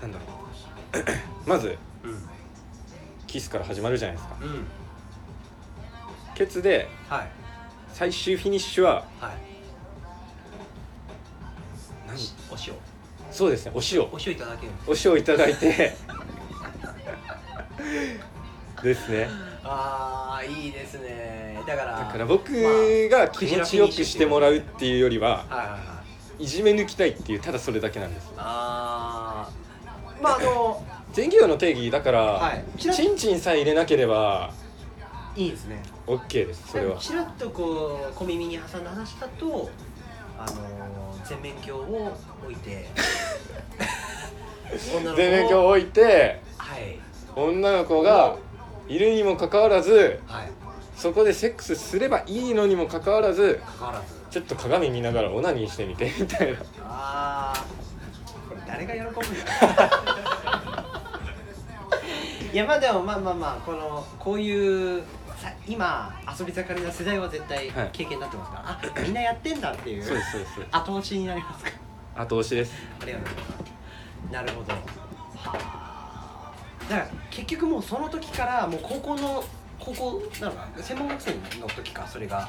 [SPEAKER 2] なんだろうまず
[SPEAKER 1] うん
[SPEAKER 2] キスから始まるじゃないですか
[SPEAKER 1] うん
[SPEAKER 2] ケツで
[SPEAKER 1] はい
[SPEAKER 2] 最終フィニッシュは
[SPEAKER 1] はい
[SPEAKER 2] 何
[SPEAKER 1] お塩
[SPEAKER 2] そうですねお塩
[SPEAKER 1] お塩いただける
[SPEAKER 2] お塩いただいてですね
[SPEAKER 1] ああいいですねだから
[SPEAKER 2] だから
[SPEAKER 1] ま
[SPEAKER 2] 僕が気持ちよくしてもらうっていうよりは
[SPEAKER 1] あ、はいはいはい
[SPEAKER 2] いじめ抜きたいっていうただそれだけなんです
[SPEAKER 1] あーまああの
[SPEAKER 2] 全業の定義だから、
[SPEAKER 1] はいちらっ
[SPEAKER 2] チンチンさえ入れなければ
[SPEAKER 1] いいですね
[SPEAKER 2] OK ですそれは
[SPEAKER 1] ちらっとこう小耳に挟んだ話だとあのー全面鏡を置いて 女の子を
[SPEAKER 2] 全面鏡を置いて
[SPEAKER 1] はい
[SPEAKER 2] 女の子がいるにもかかわらず
[SPEAKER 1] はい
[SPEAKER 2] そこでセックスすればいいのにもかかわらず
[SPEAKER 1] かかわらず
[SPEAKER 2] ちょっと鏡見ながらオナニーしてみてみたいな
[SPEAKER 1] ああこれ誰が喜ぶんだ いやまあでもまあまあまあこのこういうさ今遊び盛りな世代は絶対
[SPEAKER 2] はい
[SPEAKER 1] 経験になってますから、あみんなやってんだっていう
[SPEAKER 2] そうですそうです
[SPEAKER 1] 後押しになりますか
[SPEAKER 2] 後押しです
[SPEAKER 1] ありがとうございますなるほどはあだから結局もうその時からもう高校の高校なのかな専門学生の時かそれが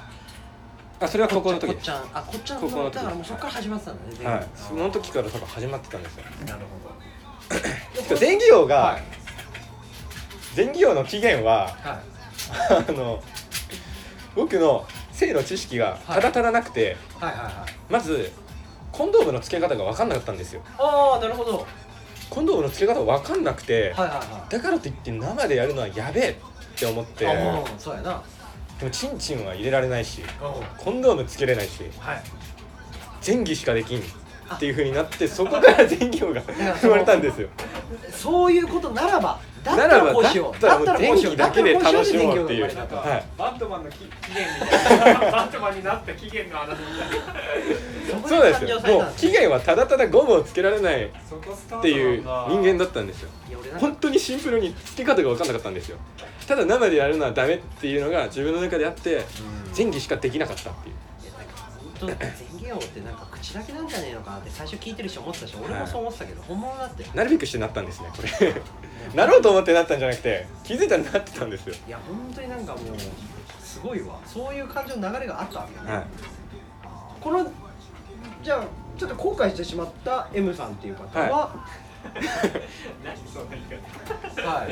[SPEAKER 2] あそれは高校の時
[SPEAKER 1] こっ
[SPEAKER 2] で
[SPEAKER 1] ち
[SPEAKER 2] す
[SPEAKER 1] ゃんあこっちゃん
[SPEAKER 2] 高校の
[SPEAKER 1] の
[SPEAKER 2] 時
[SPEAKER 1] だからもうそこから始まってたんだね全部
[SPEAKER 2] はいその時から多分始まってたんです よ
[SPEAKER 1] なるほど
[SPEAKER 2] 前技王
[SPEAKER 1] は
[SPEAKER 2] が
[SPEAKER 1] い
[SPEAKER 2] 前技王の起源は
[SPEAKER 1] は
[SPEAKER 2] あの僕の性の知識がただただなくて、
[SPEAKER 1] いはいはいはい
[SPEAKER 2] まずコンドームの付け方が分かんなかったんですよ
[SPEAKER 1] ああなるほどはい
[SPEAKER 2] コンドームの付け方分かんなくて、
[SPEAKER 1] はいはい
[SPEAKER 2] だからといって生でやるのはやべえって思って
[SPEAKER 1] あうんそうやな
[SPEAKER 2] でもチンチンは入れられないし
[SPEAKER 1] うん
[SPEAKER 2] コンドームつけれないし
[SPEAKER 1] はい
[SPEAKER 2] 前技しかできんっていう風になってそこから前技王が生まれたんですよ
[SPEAKER 1] そういうことならばだった
[SPEAKER 2] なら
[SPEAKER 1] ら
[SPEAKER 2] ば
[SPEAKER 1] こう
[SPEAKER 2] だっ
[SPEAKER 1] しよう
[SPEAKER 2] たらもう前
[SPEAKER 1] こうしよ
[SPEAKER 2] 技
[SPEAKER 1] う
[SPEAKER 2] だけで楽しもうっていう
[SPEAKER 1] だったらこうしようで電気が生まれたと
[SPEAKER 2] はい
[SPEAKER 3] バットマンの期限みたいなバットマンになった期限の話みたいな
[SPEAKER 1] こ
[SPEAKER 2] そう
[SPEAKER 1] で
[SPEAKER 2] ですよ
[SPEAKER 1] 誕生された
[SPEAKER 2] も
[SPEAKER 1] ん
[SPEAKER 2] う
[SPEAKER 1] です
[SPEAKER 2] 期
[SPEAKER 1] ね
[SPEAKER 2] 限はただただゴムをつけられないっ
[SPEAKER 3] そこスタートなんだ
[SPEAKER 2] ていう人間だったんですよ
[SPEAKER 1] いや俺なんか
[SPEAKER 2] 本当にシンプルに付け方が分かんなかったんですよただ生でやるのはダメっていうのが自分の中であって前技しかできなかったっていう
[SPEAKER 1] いやなんか本当前芸王ってなんか口だけなんじゃねえのかなって最初聞いてる人思ってたし俺もそう思ってたけど本物だって
[SPEAKER 2] なるべくしてなったんですねこれ なろうと思ってなったんじゃなくて気づいたらなってたんですよ
[SPEAKER 1] いや本当になんかもうすごいわそういう感情の流れがあったわけよね、
[SPEAKER 2] はい
[SPEAKER 1] このじゃあちょっと後悔してしまった M さんっていう方は、
[SPEAKER 3] 何そんな言い方
[SPEAKER 1] は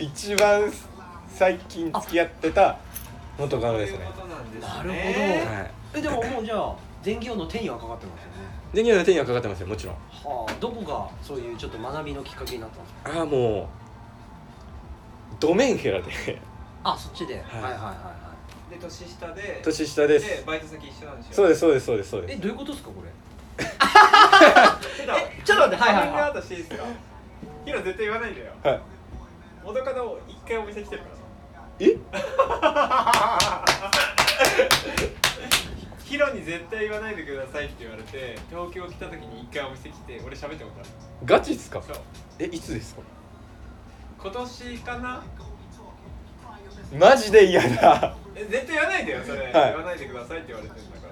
[SPEAKER 1] い、
[SPEAKER 2] 一番最近付き合ってた元カノですね
[SPEAKER 3] そういうことなんですね
[SPEAKER 1] なるほど
[SPEAKER 2] はい
[SPEAKER 1] えでももうじゃあ前業の手にはかかってますよね
[SPEAKER 2] で現在の手にはかかってますよもちろん
[SPEAKER 1] はあどこがそういうちょっと学びのきっかけになったんですか
[SPEAKER 2] ああもうドメンヘラで
[SPEAKER 1] あそっちで、はい、
[SPEAKER 2] は
[SPEAKER 1] は
[SPEAKER 2] い
[SPEAKER 1] いはいは
[SPEAKER 3] で年下で
[SPEAKER 2] 年下です
[SPEAKER 3] バイト先一緒なんでしょ
[SPEAKER 2] そう
[SPEAKER 3] で
[SPEAKER 2] ですそうですそうですそう
[SPEAKER 1] いえ
[SPEAKER 2] です
[SPEAKER 1] どういうことですかこれ
[SPEAKER 3] す
[SPEAKER 1] えちょっと待ってはいはいはい
[SPEAKER 3] カミングアウトしていいですかヒロ絶対言わないでよ
[SPEAKER 2] は
[SPEAKER 3] 元カノ一回お店来てるから
[SPEAKER 2] いえ
[SPEAKER 3] ヒロに絶対言わないでくださいって言われて東京来た時に一回お店来て俺喋ったことある
[SPEAKER 2] ガチっすか
[SPEAKER 3] そう
[SPEAKER 2] えいつですか
[SPEAKER 3] 今年かな
[SPEAKER 2] マジで嫌 だ
[SPEAKER 3] え絶対言わないでよそれ、
[SPEAKER 2] はい
[SPEAKER 3] 言わないでくださいって言われてるんだか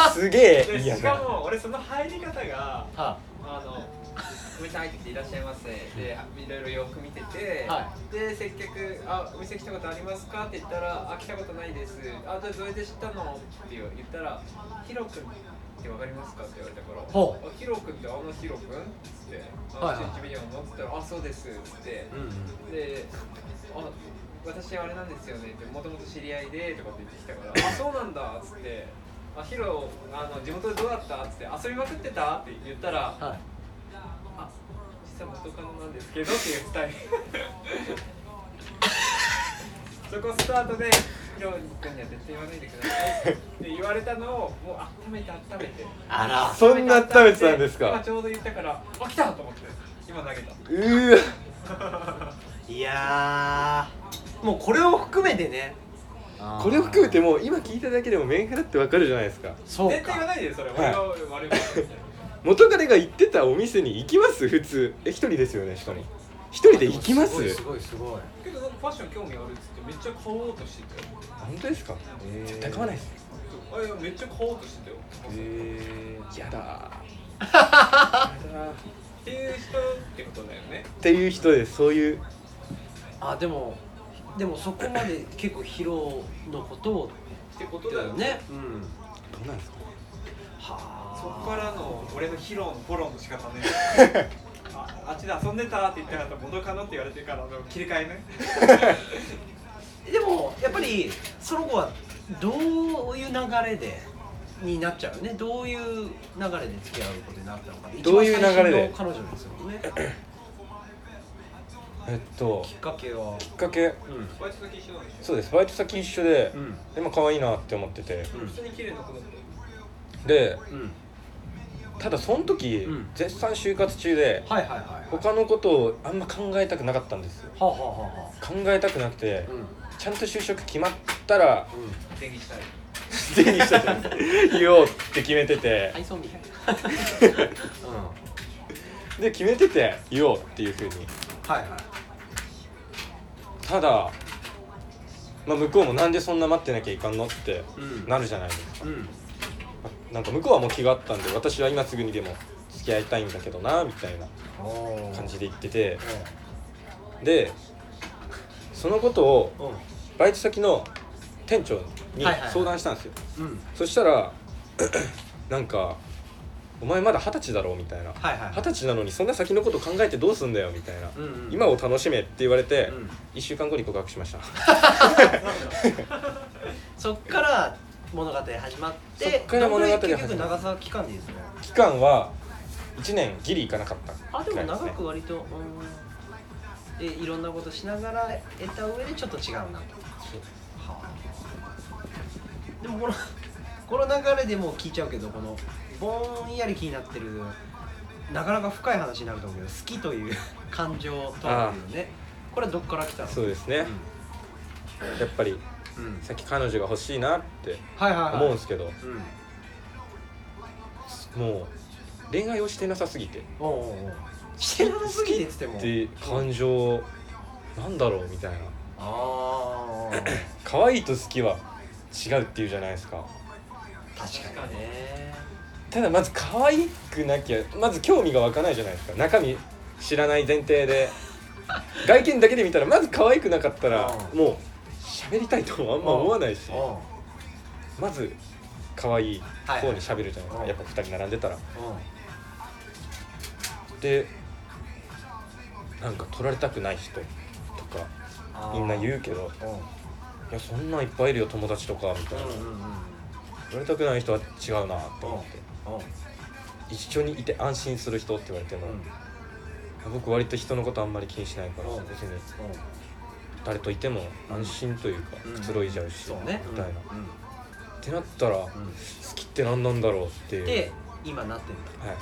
[SPEAKER 3] ら
[SPEAKER 2] すげえ
[SPEAKER 3] で
[SPEAKER 2] 嫌
[SPEAKER 3] しか
[SPEAKER 2] だ
[SPEAKER 3] も俺その入り方が
[SPEAKER 1] は
[SPEAKER 3] あのお店入ってきていらっしゃいませでいろいろ洋服見てて、
[SPEAKER 1] は
[SPEAKER 3] で接客あお店来たことありますかって言ったらあ来たことないですあどどうやって知ったのって言ったらヒロ君ってわかりますかって言われたから
[SPEAKER 1] ほ
[SPEAKER 3] あヒロ君ってあのヒロ君っつってあ
[SPEAKER 1] はい
[SPEAKER 3] の
[SPEAKER 1] はい
[SPEAKER 3] 中日ビデオのって言ったらあそうですっつって
[SPEAKER 1] うん
[SPEAKER 3] であ私あれなんですよねってもともと知り合いでとかって言ってきたか らあそうなんだっつってあヒロあの地元でどうだったっつって遊びまくってたって言ったら
[SPEAKER 1] はい
[SPEAKER 3] あ、実は元カノなんですけどっていうスタイル。そこスタートで、ヒロ君には絶対言わないでくださいって言われたのをもう温めて温めて
[SPEAKER 1] あら
[SPEAKER 2] そんな温めてたんですか
[SPEAKER 3] 今ちょうど言ったからあ来たと思って今投げた
[SPEAKER 2] うーわ
[SPEAKER 1] いやーもうこれを含めてね
[SPEAKER 2] これを含めて
[SPEAKER 1] も
[SPEAKER 2] もう今聞いただけでもメンヘラってわかるじゃないですか
[SPEAKER 1] そう
[SPEAKER 3] 絶対言わ
[SPEAKER 1] か
[SPEAKER 3] ないでそれ
[SPEAKER 2] はい
[SPEAKER 3] 俺が悪いことみたい
[SPEAKER 2] 元彼が行ってたお店に行きます普通え一人ですよねしかも一人で行きます
[SPEAKER 1] ごいすごいすごい
[SPEAKER 3] なけどなんかファッション興味あるっつってめっちゃ買おうとしてたよ
[SPEAKER 2] 本当ですか絶対買わないです
[SPEAKER 3] あいやめっちゃ買おうとしてたよ
[SPEAKER 1] え
[SPEAKER 2] やだ
[SPEAKER 3] っていう人ってことだよね
[SPEAKER 2] っていう人ですそういう
[SPEAKER 1] あでもでもそこまで結構ヒロのことを
[SPEAKER 3] ってことだよね
[SPEAKER 1] ねうん
[SPEAKER 2] どうなんですかね
[SPEAKER 1] はあ
[SPEAKER 3] そこからの俺のヒロのフォローの仕方 ねああっちで遊んでたって言ったら元カノって言われてからの切り替えね
[SPEAKER 1] でもやっぱりその子はどういう流れでになっちゃうよねどういう流れで付き合うことになったのか
[SPEAKER 2] どういう流れで
[SPEAKER 1] 一番最初の彼女ですよね
[SPEAKER 2] えっと
[SPEAKER 1] きっかけは
[SPEAKER 2] きっかけ
[SPEAKER 1] うん
[SPEAKER 3] バイト先一緒なんでしょ
[SPEAKER 2] そうですバイト先一緒で
[SPEAKER 1] うん
[SPEAKER 2] でまあ可愛いなって思ってて
[SPEAKER 1] うん
[SPEAKER 3] 普通に綺麗な子だっ
[SPEAKER 2] で
[SPEAKER 1] うん
[SPEAKER 2] ただその時
[SPEAKER 1] うん
[SPEAKER 2] 絶賛就活中で
[SPEAKER 1] はいはいはい
[SPEAKER 2] 他のことをあんま考えたくなかったんですよ
[SPEAKER 1] はあはあはあは
[SPEAKER 2] 考えたくなくて
[SPEAKER 1] あうんうん
[SPEAKER 2] ちゃんと就職決まったら
[SPEAKER 3] た転移したい
[SPEAKER 2] 手に したじゃないですか言おうって決めてて
[SPEAKER 1] 愛想みたいなうんは
[SPEAKER 2] で決めてて言おうっていうふうに
[SPEAKER 1] いはい
[SPEAKER 2] ただ、まあ、向こうもなんでそんな待ってなきゃいかんのって
[SPEAKER 1] うん
[SPEAKER 2] なるじゃないですか
[SPEAKER 1] うん
[SPEAKER 2] なんか向こうはもう気があったんで私は今すぐにでも付き合いたいんだけどなみたいな
[SPEAKER 1] おー
[SPEAKER 2] 感じで言ってて
[SPEAKER 1] う
[SPEAKER 2] でそのことを
[SPEAKER 1] んうん
[SPEAKER 2] バイト先の店長に
[SPEAKER 1] はいはい
[SPEAKER 2] 相談したんですよ、
[SPEAKER 1] うん
[SPEAKER 2] そしたら なんか「お前まだ二十歳だろ」みたいな
[SPEAKER 1] はいはい
[SPEAKER 2] 二十歳なのにそんな先のこと考えてどうすんだよみたいな、
[SPEAKER 1] うんうん
[SPEAKER 2] 今を楽しめって言われて、
[SPEAKER 1] うん
[SPEAKER 2] 一1週間後に告白しました
[SPEAKER 1] そっから物語始まって
[SPEAKER 2] そっから物語
[SPEAKER 1] どんぐらい結局
[SPEAKER 2] 始まる
[SPEAKER 1] 長さ期間でいいですね
[SPEAKER 2] 期間は1年ギリいかなかった
[SPEAKER 1] あでも
[SPEAKER 2] くらいす
[SPEAKER 1] 長
[SPEAKER 2] ね
[SPEAKER 1] く割と、うん、でいろんなことしながら得た上でちょっと違うなとはあでもこの この流れでもう聞いちゃうけどこのぼんやり気になってるなかなか深い話になると思うけど好きという感情とはいうねこれはどっから来たの
[SPEAKER 2] そうですね、やっぱり
[SPEAKER 1] うん、うん、
[SPEAKER 2] さっき彼女が欲しいなって
[SPEAKER 1] はいはいはい
[SPEAKER 2] 思うんですけど、
[SPEAKER 1] うん
[SPEAKER 2] もう恋愛をしてなさすぎて
[SPEAKER 1] おうおうおうしてなさすぎてっつっても
[SPEAKER 2] で感情なんだろうみたいな
[SPEAKER 1] ああ確
[SPEAKER 2] 可愛いと好きは違うっていうじゃないですか
[SPEAKER 1] かにね
[SPEAKER 2] ただまず可愛くなきゃまず興味が湧かないじゃないですか中身知らない前提で外見だけで見たらまず可愛くなかったら
[SPEAKER 1] うん
[SPEAKER 2] もう喋りたいともあんま思わないし
[SPEAKER 1] うんうん
[SPEAKER 2] まず可愛い方に喋るじゃないですか、
[SPEAKER 1] はい
[SPEAKER 2] やっぱ2人並んでたらでなんか取られたくない人とか
[SPEAKER 1] あー
[SPEAKER 2] みんな言うけど
[SPEAKER 1] うんうん
[SPEAKER 2] いやそんなんいっぱいいるよ友達とかみたいな、
[SPEAKER 1] うんうん
[SPEAKER 2] 取られたくない人は違うなと思って、
[SPEAKER 1] うん
[SPEAKER 2] 一緒にいて安心する人って言われても、
[SPEAKER 1] うん
[SPEAKER 2] 僕割と人のことあんまり気にしないから、
[SPEAKER 1] うん
[SPEAKER 2] 別に
[SPEAKER 1] うん
[SPEAKER 2] 誰といても安心というか、
[SPEAKER 1] うん
[SPEAKER 2] くつろいじゃうし、
[SPEAKER 1] そうね
[SPEAKER 2] みたいな、っ
[SPEAKER 1] う
[SPEAKER 2] てなったら、好
[SPEAKER 1] んうん
[SPEAKER 2] きって何なんだろうっていう
[SPEAKER 1] で今なってる
[SPEAKER 2] はい、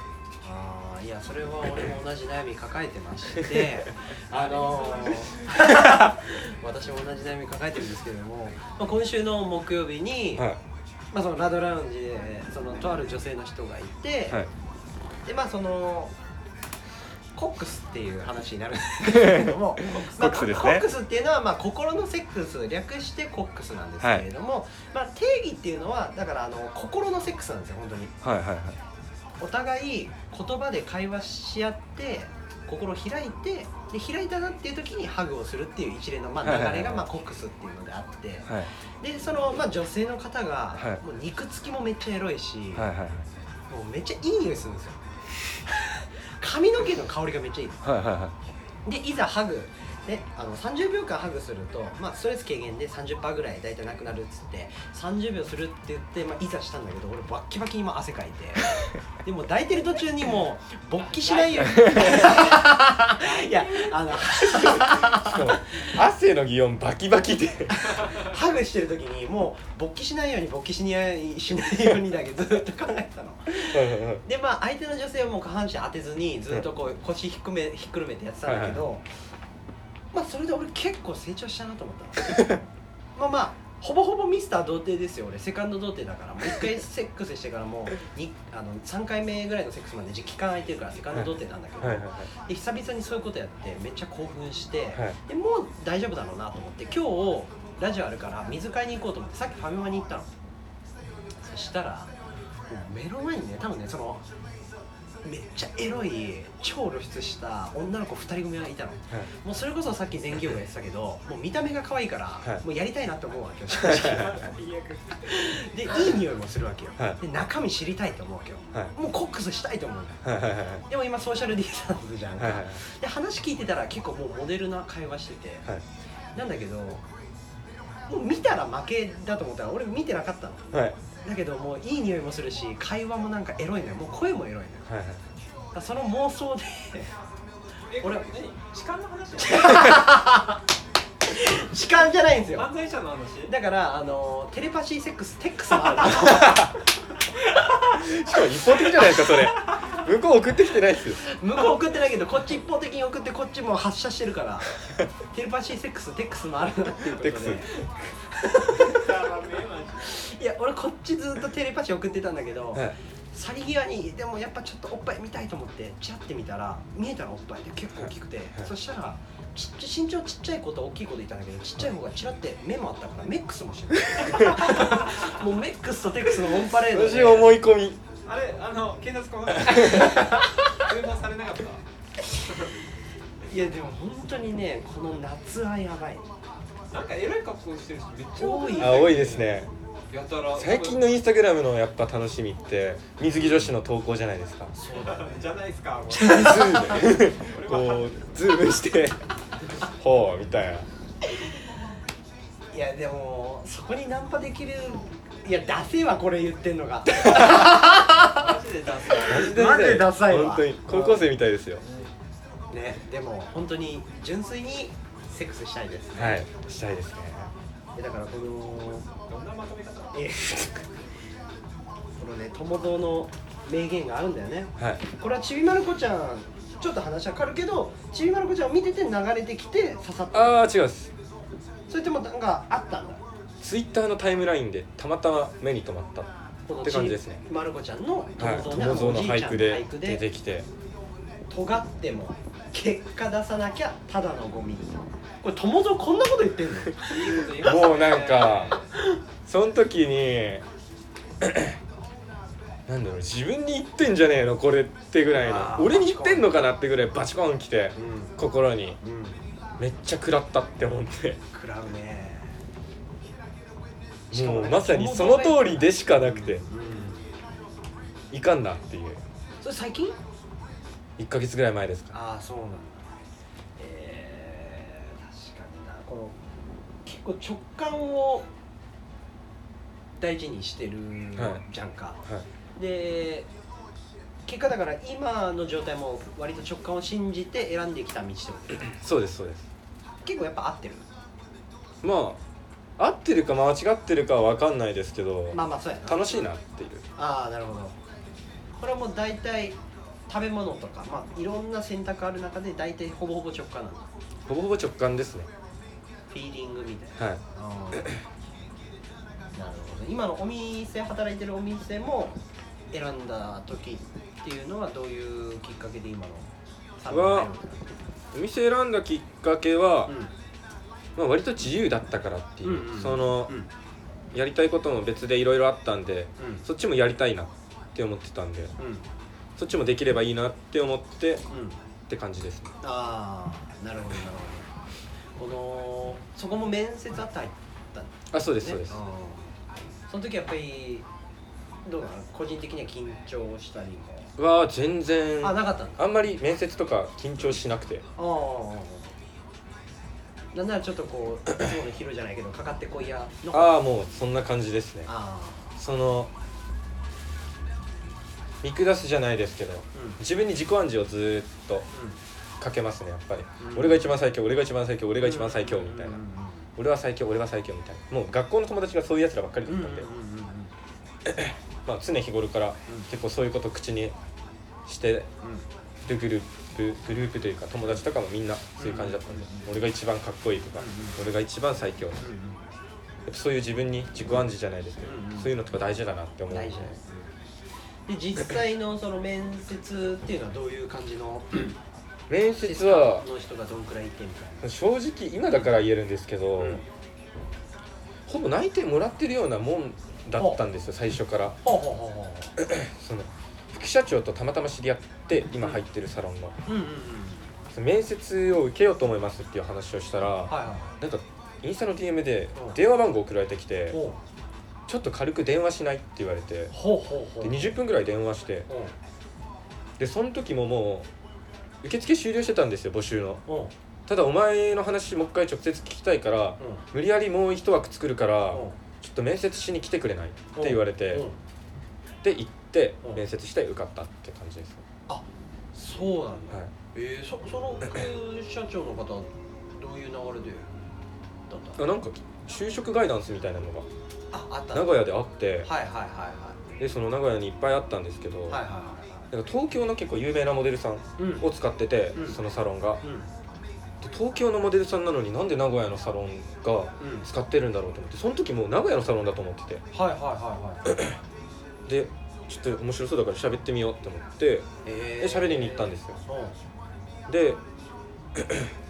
[SPEAKER 1] ああいやそれは俺も同じ悩み抱えてましてあのー私も同じ悩み抱えてるんですけれども、まあ、今週の木曜日に、
[SPEAKER 2] は
[SPEAKER 1] まあ、そのラドラウンジでそのとある女性の人がいて、
[SPEAKER 2] いはい
[SPEAKER 1] でまあそのコックスっていう話になるんですけれど もまあ
[SPEAKER 2] コックスですね
[SPEAKER 1] コックスっていうのは、まあ、心のセックス略してコックスなんですけれども、まあ、定義っていうのはだからあの心のセックスなんですよ本当に
[SPEAKER 2] はいはいはい
[SPEAKER 1] お互い言葉で会話し合って心を開いてで開いたなっていう時にハグをするっていう一連の、まあ、流
[SPEAKER 2] はいは
[SPEAKER 1] れ
[SPEAKER 2] いは
[SPEAKER 1] が、
[SPEAKER 2] い
[SPEAKER 1] まあ、コックスっていうのであって、
[SPEAKER 2] はい
[SPEAKER 1] でその、まあ、女性の方が、
[SPEAKER 2] はい
[SPEAKER 1] もう肉付きもめっちゃエロいし、
[SPEAKER 2] はいはいはい
[SPEAKER 1] もうめっちゃいい匂いするんですよ髪の毛の香りがめっちゃいい
[SPEAKER 2] はいはいはい
[SPEAKER 1] でいざハグであの30秒間ハグすると、まあ、ストレス軽減で30%ぐらい大体なくなるっつって30秒するって言って、まあ、いざしたんだけど俺バッキバキに今汗かいてでも抱いてる途中にもう勃起しないよいやあの
[SPEAKER 2] そう汗の擬音バキバキで
[SPEAKER 1] ハグしてる時にもう勃起しないように勃起しないしないようにだけどずっと考えてたのでまあ相手の女性はもう下半身当てずにずっとこう腰ひっくめひっくるめてやってたんだけど、まあそれで俺結構成長したなと思ったの まあまあほぼほぼミスター童貞ですよ俺セカンド童貞だからもう1回 セックスしてからもうにあの3回目ぐらいのセックスまで時期間空いてるからセカンド童貞なんだけど、
[SPEAKER 2] はいはいは
[SPEAKER 1] で久々にそういうことやってめっちゃ興奮して、
[SPEAKER 2] いはい
[SPEAKER 1] でもう大丈夫だろうなと思って今日ラジオあるから水買いに行こうと思ってさっきファミマに行ったのそしたらもう目の前にね多分ねそのめっちゃエロい超露出した女の子2人組がいたのもうそれこそさっき前期をやってたけどもう見た目が可愛いから、
[SPEAKER 2] はい
[SPEAKER 1] もうやりたいなって思うわけよ正直 でいい匂いもするわけよ、
[SPEAKER 2] は
[SPEAKER 1] で中身知りたいと思うわけよ
[SPEAKER 2] はい
[SPEAKER 1] もうコックスしたいと思うのよ
[SPEAKER 2] はいはいはいはい
[SPEAKER 1] でも今ソーシャルディスタンスじゃんか、
[SPEAKER 2] はいはい
[SPEAKER 1] で話聞いてたら結構もうモデルな会話してて、
[SPEAKER 2] はい
[SPEAKER 1] なんだけどもう見たら負けだと思ったら俺見てなかったの
[SPEAKER 2] はいはい
[SPEAKER 1] だけどもういい匂いもするし会話もなんかエロいのよもう声もエロいのよ
[SPEAKER 2] はい
[SPEAKER 1] だからその妄想で
[SPEAKER 3] えこれ
[SPEAKER 1] 俺
[SPEAKER 3] 何痴漢の話
[SPEAKER 1] 痴漢じゃないんですよ
[SPEAKER 3] 犯罪者の話
[SPEAKER 1] だからあのテレパシーセックステックスも あ
[SPEAKER 2] しかも一方的じゃないですかそれ向こう送ってきてないですよ
[SPEAKER 1] るの向こう送ってないけどこっち一方的に送ってこっちもう発射してるからテレパシーセックステックスもあるなっていうこと
[SPEAKER 2] テックス
[SPEAKER 1] でいや俺こっちずっとテレパシー送ってたんだけど、
[SPEAKER 2] はい
[SPEAKER 1] 去り際にでもやっぱちょっとおっぱい見たいと思ってチラって見たら見えたらおっぱいで結構大きくて、
[SPEAKER 2] はい
[SPEAKER 1] そしたらちっち身長ちっちゃい子と大きい子でいたんだけどちっちゃい方がチラって目もあったからメックスもしてるもうメックスとテックスのオンパレード
[SPEAKER 2] 私思
[SPEAKER 1] い
[SPEAKER 2] い込み
[SPEAKER 3] あれあの警察こ の話通報されなかった
[SPEAKER 1] いやでも本当にねこの夏はやばい
[SPEAKER 3] なんかエロい格好してる人めっちゃ
[SPEAKER 2] あ多いですね
[SPEAKER 3] やたら
[SPEAKER 2] 最近のインスタグラムのやっぱ楽しみって水着女子の投稿じゃないですか
[SPEAKER 1] そうだ
[SPEAKER 3] じゃないですかもう
[SPEAKER 2] ズームでこうズームしてほうみたいない
[SPEAKER 1] やでもそこにナンパできるいやダセえわこれ言ってんのが
[SPEAKER 3] マジで出すわ
[SPEAKER 1] マジでダサいわ
[SPEAKER 2] 本当に高校生みたいですよ
[SPEAKER 1] ねでも本当に純粋にセックスしたいです
[SPEAKER 2] はいしたいですね
[SPEAKER 1] いやだからこの
[SPEAKER 3] どんなまとめ方
[SPEAKER 1] えこのね友蔵の名言があるんだよね
[SPEAKER 2] はい
[SPEAKER 1] これはちびまる子ちゃんちょっと話は変わるけどちびまる子ちゃんを見てて流れてきて刺さった
[SPEAKER 2] ああ違うです
[SPEAKER 1] それともなんかあったんだ
[SPEAKER 2] ツイッターのタイムラインでたまたま目に留まった
[SPEAKER 1] この
[SPEAKER 2] って感じですね
[SPEAKER 1] ちびまる子ちゃんの
[SPEAKER 2] はい
[SPEAKER 1] 友蔵
[SPEAKER 2] 友蔵
[SPEAKER 1] の,、
[SPEAKER 2] の
[SPEAKER 1] おじいち
[SPEAKER 2] 俳
[SPEAKER 1] ゃん
[SPEAKER 2] 句
[SPEAKER 1] の
[SPEAKER 2] で
[SPEAKER 1] 俳句
[SPEAKER 2] 出
[SPEAKER 1] で
[SPEAKER 2] てきて
[SPEAKER 1] 尖っても結果出さなきゃただのゴミこれ友蔵こんなこと言ってんの
[SPEAKER 3] いいこと言いますね
[SPEAKER 2] もうなんかその時に なんだろう自分に言ってんじゃねえのこれってぐらい
[SPEAKER 1] あ
[SPEAKER 2] の
[SPEAKER 1] ー
[SPEAKER 2] 俺に言ってんのかなってぐらいバチコンきて
[SPEAKER 1] う
[SPEAKER 2] 心に
[SPEAKER 1] んうん
[SPEAKER 2] めっちゃ食らったって思って
[SPEAKER 1] 食らうね
[SPEAKER 2] もうまさにその通りでしかなくて
[SPEAKER 1] うん
[SPEAKER 2] いかんなっていう
[SPEAKER 1] それ最近
[SPEAKER 2] 1ヶ月ぐらい前ですか
[SPEAKER 1] ああそうなんだえー、確かになこの結構直感を大事にしてるじゃんか、
[SPEAKER 2] は
[SPEAKER 1] で結果だから今の状態も割と直感を信じて選んできた道ってこと
[SPEAKER 2] いそうですそうです
[SPEAKER 1] 結構やっぱ合ってる
[SPEAKER 2] まあ合ってるか間違ってるかは分かんないですけど
[SPEAKER 1] まあまあそうやな
[SPEAKER 2] 楽しいなっていう
[SPEAKER 1] ああなるほどこれはもう大体食べ物とか、まあ、いろんな選択ある中で大体ほぼほぼ直感なんだ
[SPEAKER 2] ほぼほぼ直感ですね
[SPEAKER 1] フィーリングみたいな
[SPEAKER 2] はい
[SPEAKER 1] あーなるほど今のお店働いてるお店も選んだ時っていうのはどういうきっかけで今のサービスに入ろうと
[SPEAKER 2] お店選んだきっかけは、
[SPEAKER 1] うん
[SPEAKER 2] まあ、割と自由だったからっていう、
[SPEAKER 1] うんうん
[SPEAKER 2] その
[SPEAKER 1] うん
[SPEAKER 2] やりたいことも別でいろいろあったんで
[SPEAKER 1] うん
[SPEAKER 2] そっちもやりたいなって思ってたんで
[SPEAKER 1] うん
[SPEAKER 2] そっちもできればいいなって思ってっ
[SPEAKER 1] うん
[SPEAKER 2] て感じですね
[SPEAKER 1] ああなるほどなるほどこのそこも面接あって入ったん
[SPEAKER 2] あそうで
[SPEAKER 1] ですす
[SPEAKER 2] そう
[SPEAKER 1] ね
[SPEAKER 2] です、
[SPEAKER 1] あーその時やっぱりどうなの個人的には緊張したりも、
[SPEAKER 2] は全然
[SPEAKER 1] あなかったんだ
[SPEAKER 2] あんまり面接とか緊張しなくて
[SPEAKER 1] ああなんならちょっとこうい つものヒロじゃないけどかかってこいやの
[SPEAKER 2] ああもうそんな感じですね
[SPEAKER 1] あ
[SPEAKER 2] その見下すじゃないですけど
[SPEAKER 1] ーうん
[SPEAKER 2] 自分に自己暗示をずーっとかけますねやっぱり、
[SPEAKER 1] うん
[SPEAKER 2] 俺が一番最強俺が一番最強俺
[SPEAKER 1] そ
[SPEAKER 2] が一番最強みたいな、俺は最強俺は最強みたいなもう学校の友達がそういうやつらばっかりだ
[SPEAKER 1] う
[SPEAKER 2] っ
[SPEAKER 1] んうん
[SPEAKER 2] たんで、
[SPEAKER 1] うんうん
[SPEAKER 2] まあ、常日頃から結構そういうこと口にしてるグループグループというか友達とかもみんなそういう感じだったんで、
[SPEAKER 1] うん
[SPEAKER 2] 俺が一番かっこいいとか、
[SPEAKER 1] う
[SPEAKER 2] 俺が一番最強や
[SPEAKER 1] うんうん
[SPEAKER 2] っぱそういう自分に自己暗示じゃないですけど、
[SPEAKER 1] うん
[SPEAKER 2] そういうのとか大事だなって思うんで
[SPEAKER 1] 大事なんですで実際のその面接っていうのはどういう感じ の
[SPEAKER 2] 面
[SPEAKER 1] シス
[SPEAKER 2] 接
[SPEAKER 1] テム
[SPEAKER 2] は
[SPEAKER 1] の人がどんくらいいてみたいな
[SPEAKER 2] 正直今だから言えるんですけど、
[SPEAKER 1] うん
[SPEAKER 2] ほぼ内定もらってるようなもんだったんですよ最初から
[SPEAKER 1] ほうほうほうほ
[SPEAKER 2] その副社長とたまたま知り合って今入ってるサロンの
[SPEAKER 1] ううんうんうん
[SPEAKER 2] 面接を受けようと思いますっていう話をしたら、
[SPEAKER 1] はいは
[SPEAKER 2] なんかインスタの DM で
[SPEAKER 1] うん
[SPEAKER 2] 電話番号送られてき
[SPEAKER 1] い
[SPEAKER 2] て
[SPEAKER 1] ほう
[SPEAKER 2] ちょっと軽く電話しないって言われて
[SPEAKER 1] ほうほうほう
[SPEAKER 2] で20分ぐらい電話して
[SPEAKER 1] ほ
[SPEAKER 2] でその時ももう受付終了してたんですよ募集の
[SPEAKER 1] うほ
[SPEAKER 2] ただお前の話もう一回直接聞きたいから
[SPEAKER 1] ううん
[SPEAKER 2] 無理やりもう一枠作るから
[SPEAKER 1] ほ
[SPEAKER 2] ちょっと面接しに来てくれないって言われ
[SPEAKER 1] う
[SPEAKER 2] て
[SPEAKER 1] うん
[SPEAKER 2] で行って
[SPEAKER 1] うん
[SPEAKER 2] 面接して受かったって感じですね
[SPEAKER 1] そうなんだ
[SPEAKER 2] はい
[SPEAKER 1] えーそその副社長の方どういう流れでだった
[SPEAKER 2] あなんか就職ガイダンスみたいなのが
[SPEAKER 1] ああった
[SPEAKER 2] 名古屋であって
[SPEAKER 1] はいはいはいはい
[SPEAKER 2] でその名古屋にいっぱいあったんですけど
[SPEAKER 1] はい
[SPEAKER 2] なん
[SPEAKER 1] はいは
[SPEAKER 2] か東京の結構有名なモデルさ
[SPEAKER 1] い
[SPEAKER 2] ん
[SPEAKER 1] はいうん
[SPEAKER 2] を使ってて
[SPEAKER 1] うん
[SPEAKER 2] そのサロンが
[SPEAKER 1] うん
[SPEAKER 2] で東京のモデルさんなのになんで名古屋のサロンが
[SPEAKER 1] うん
[SPEAKER 2] 使ってるんだろうと思ってその時もう名古屋のサロンだと思ってて
[SPEAKER 1] はいはいはいはい
[SPEAKER 2] でちょっと面白そうだから喋ってみようって思って
[SPEAKER 1] え
[SPEAKER 2] で喋りに行ったんですよ
[SPEAKER 1] う
[SPEAKER 2] で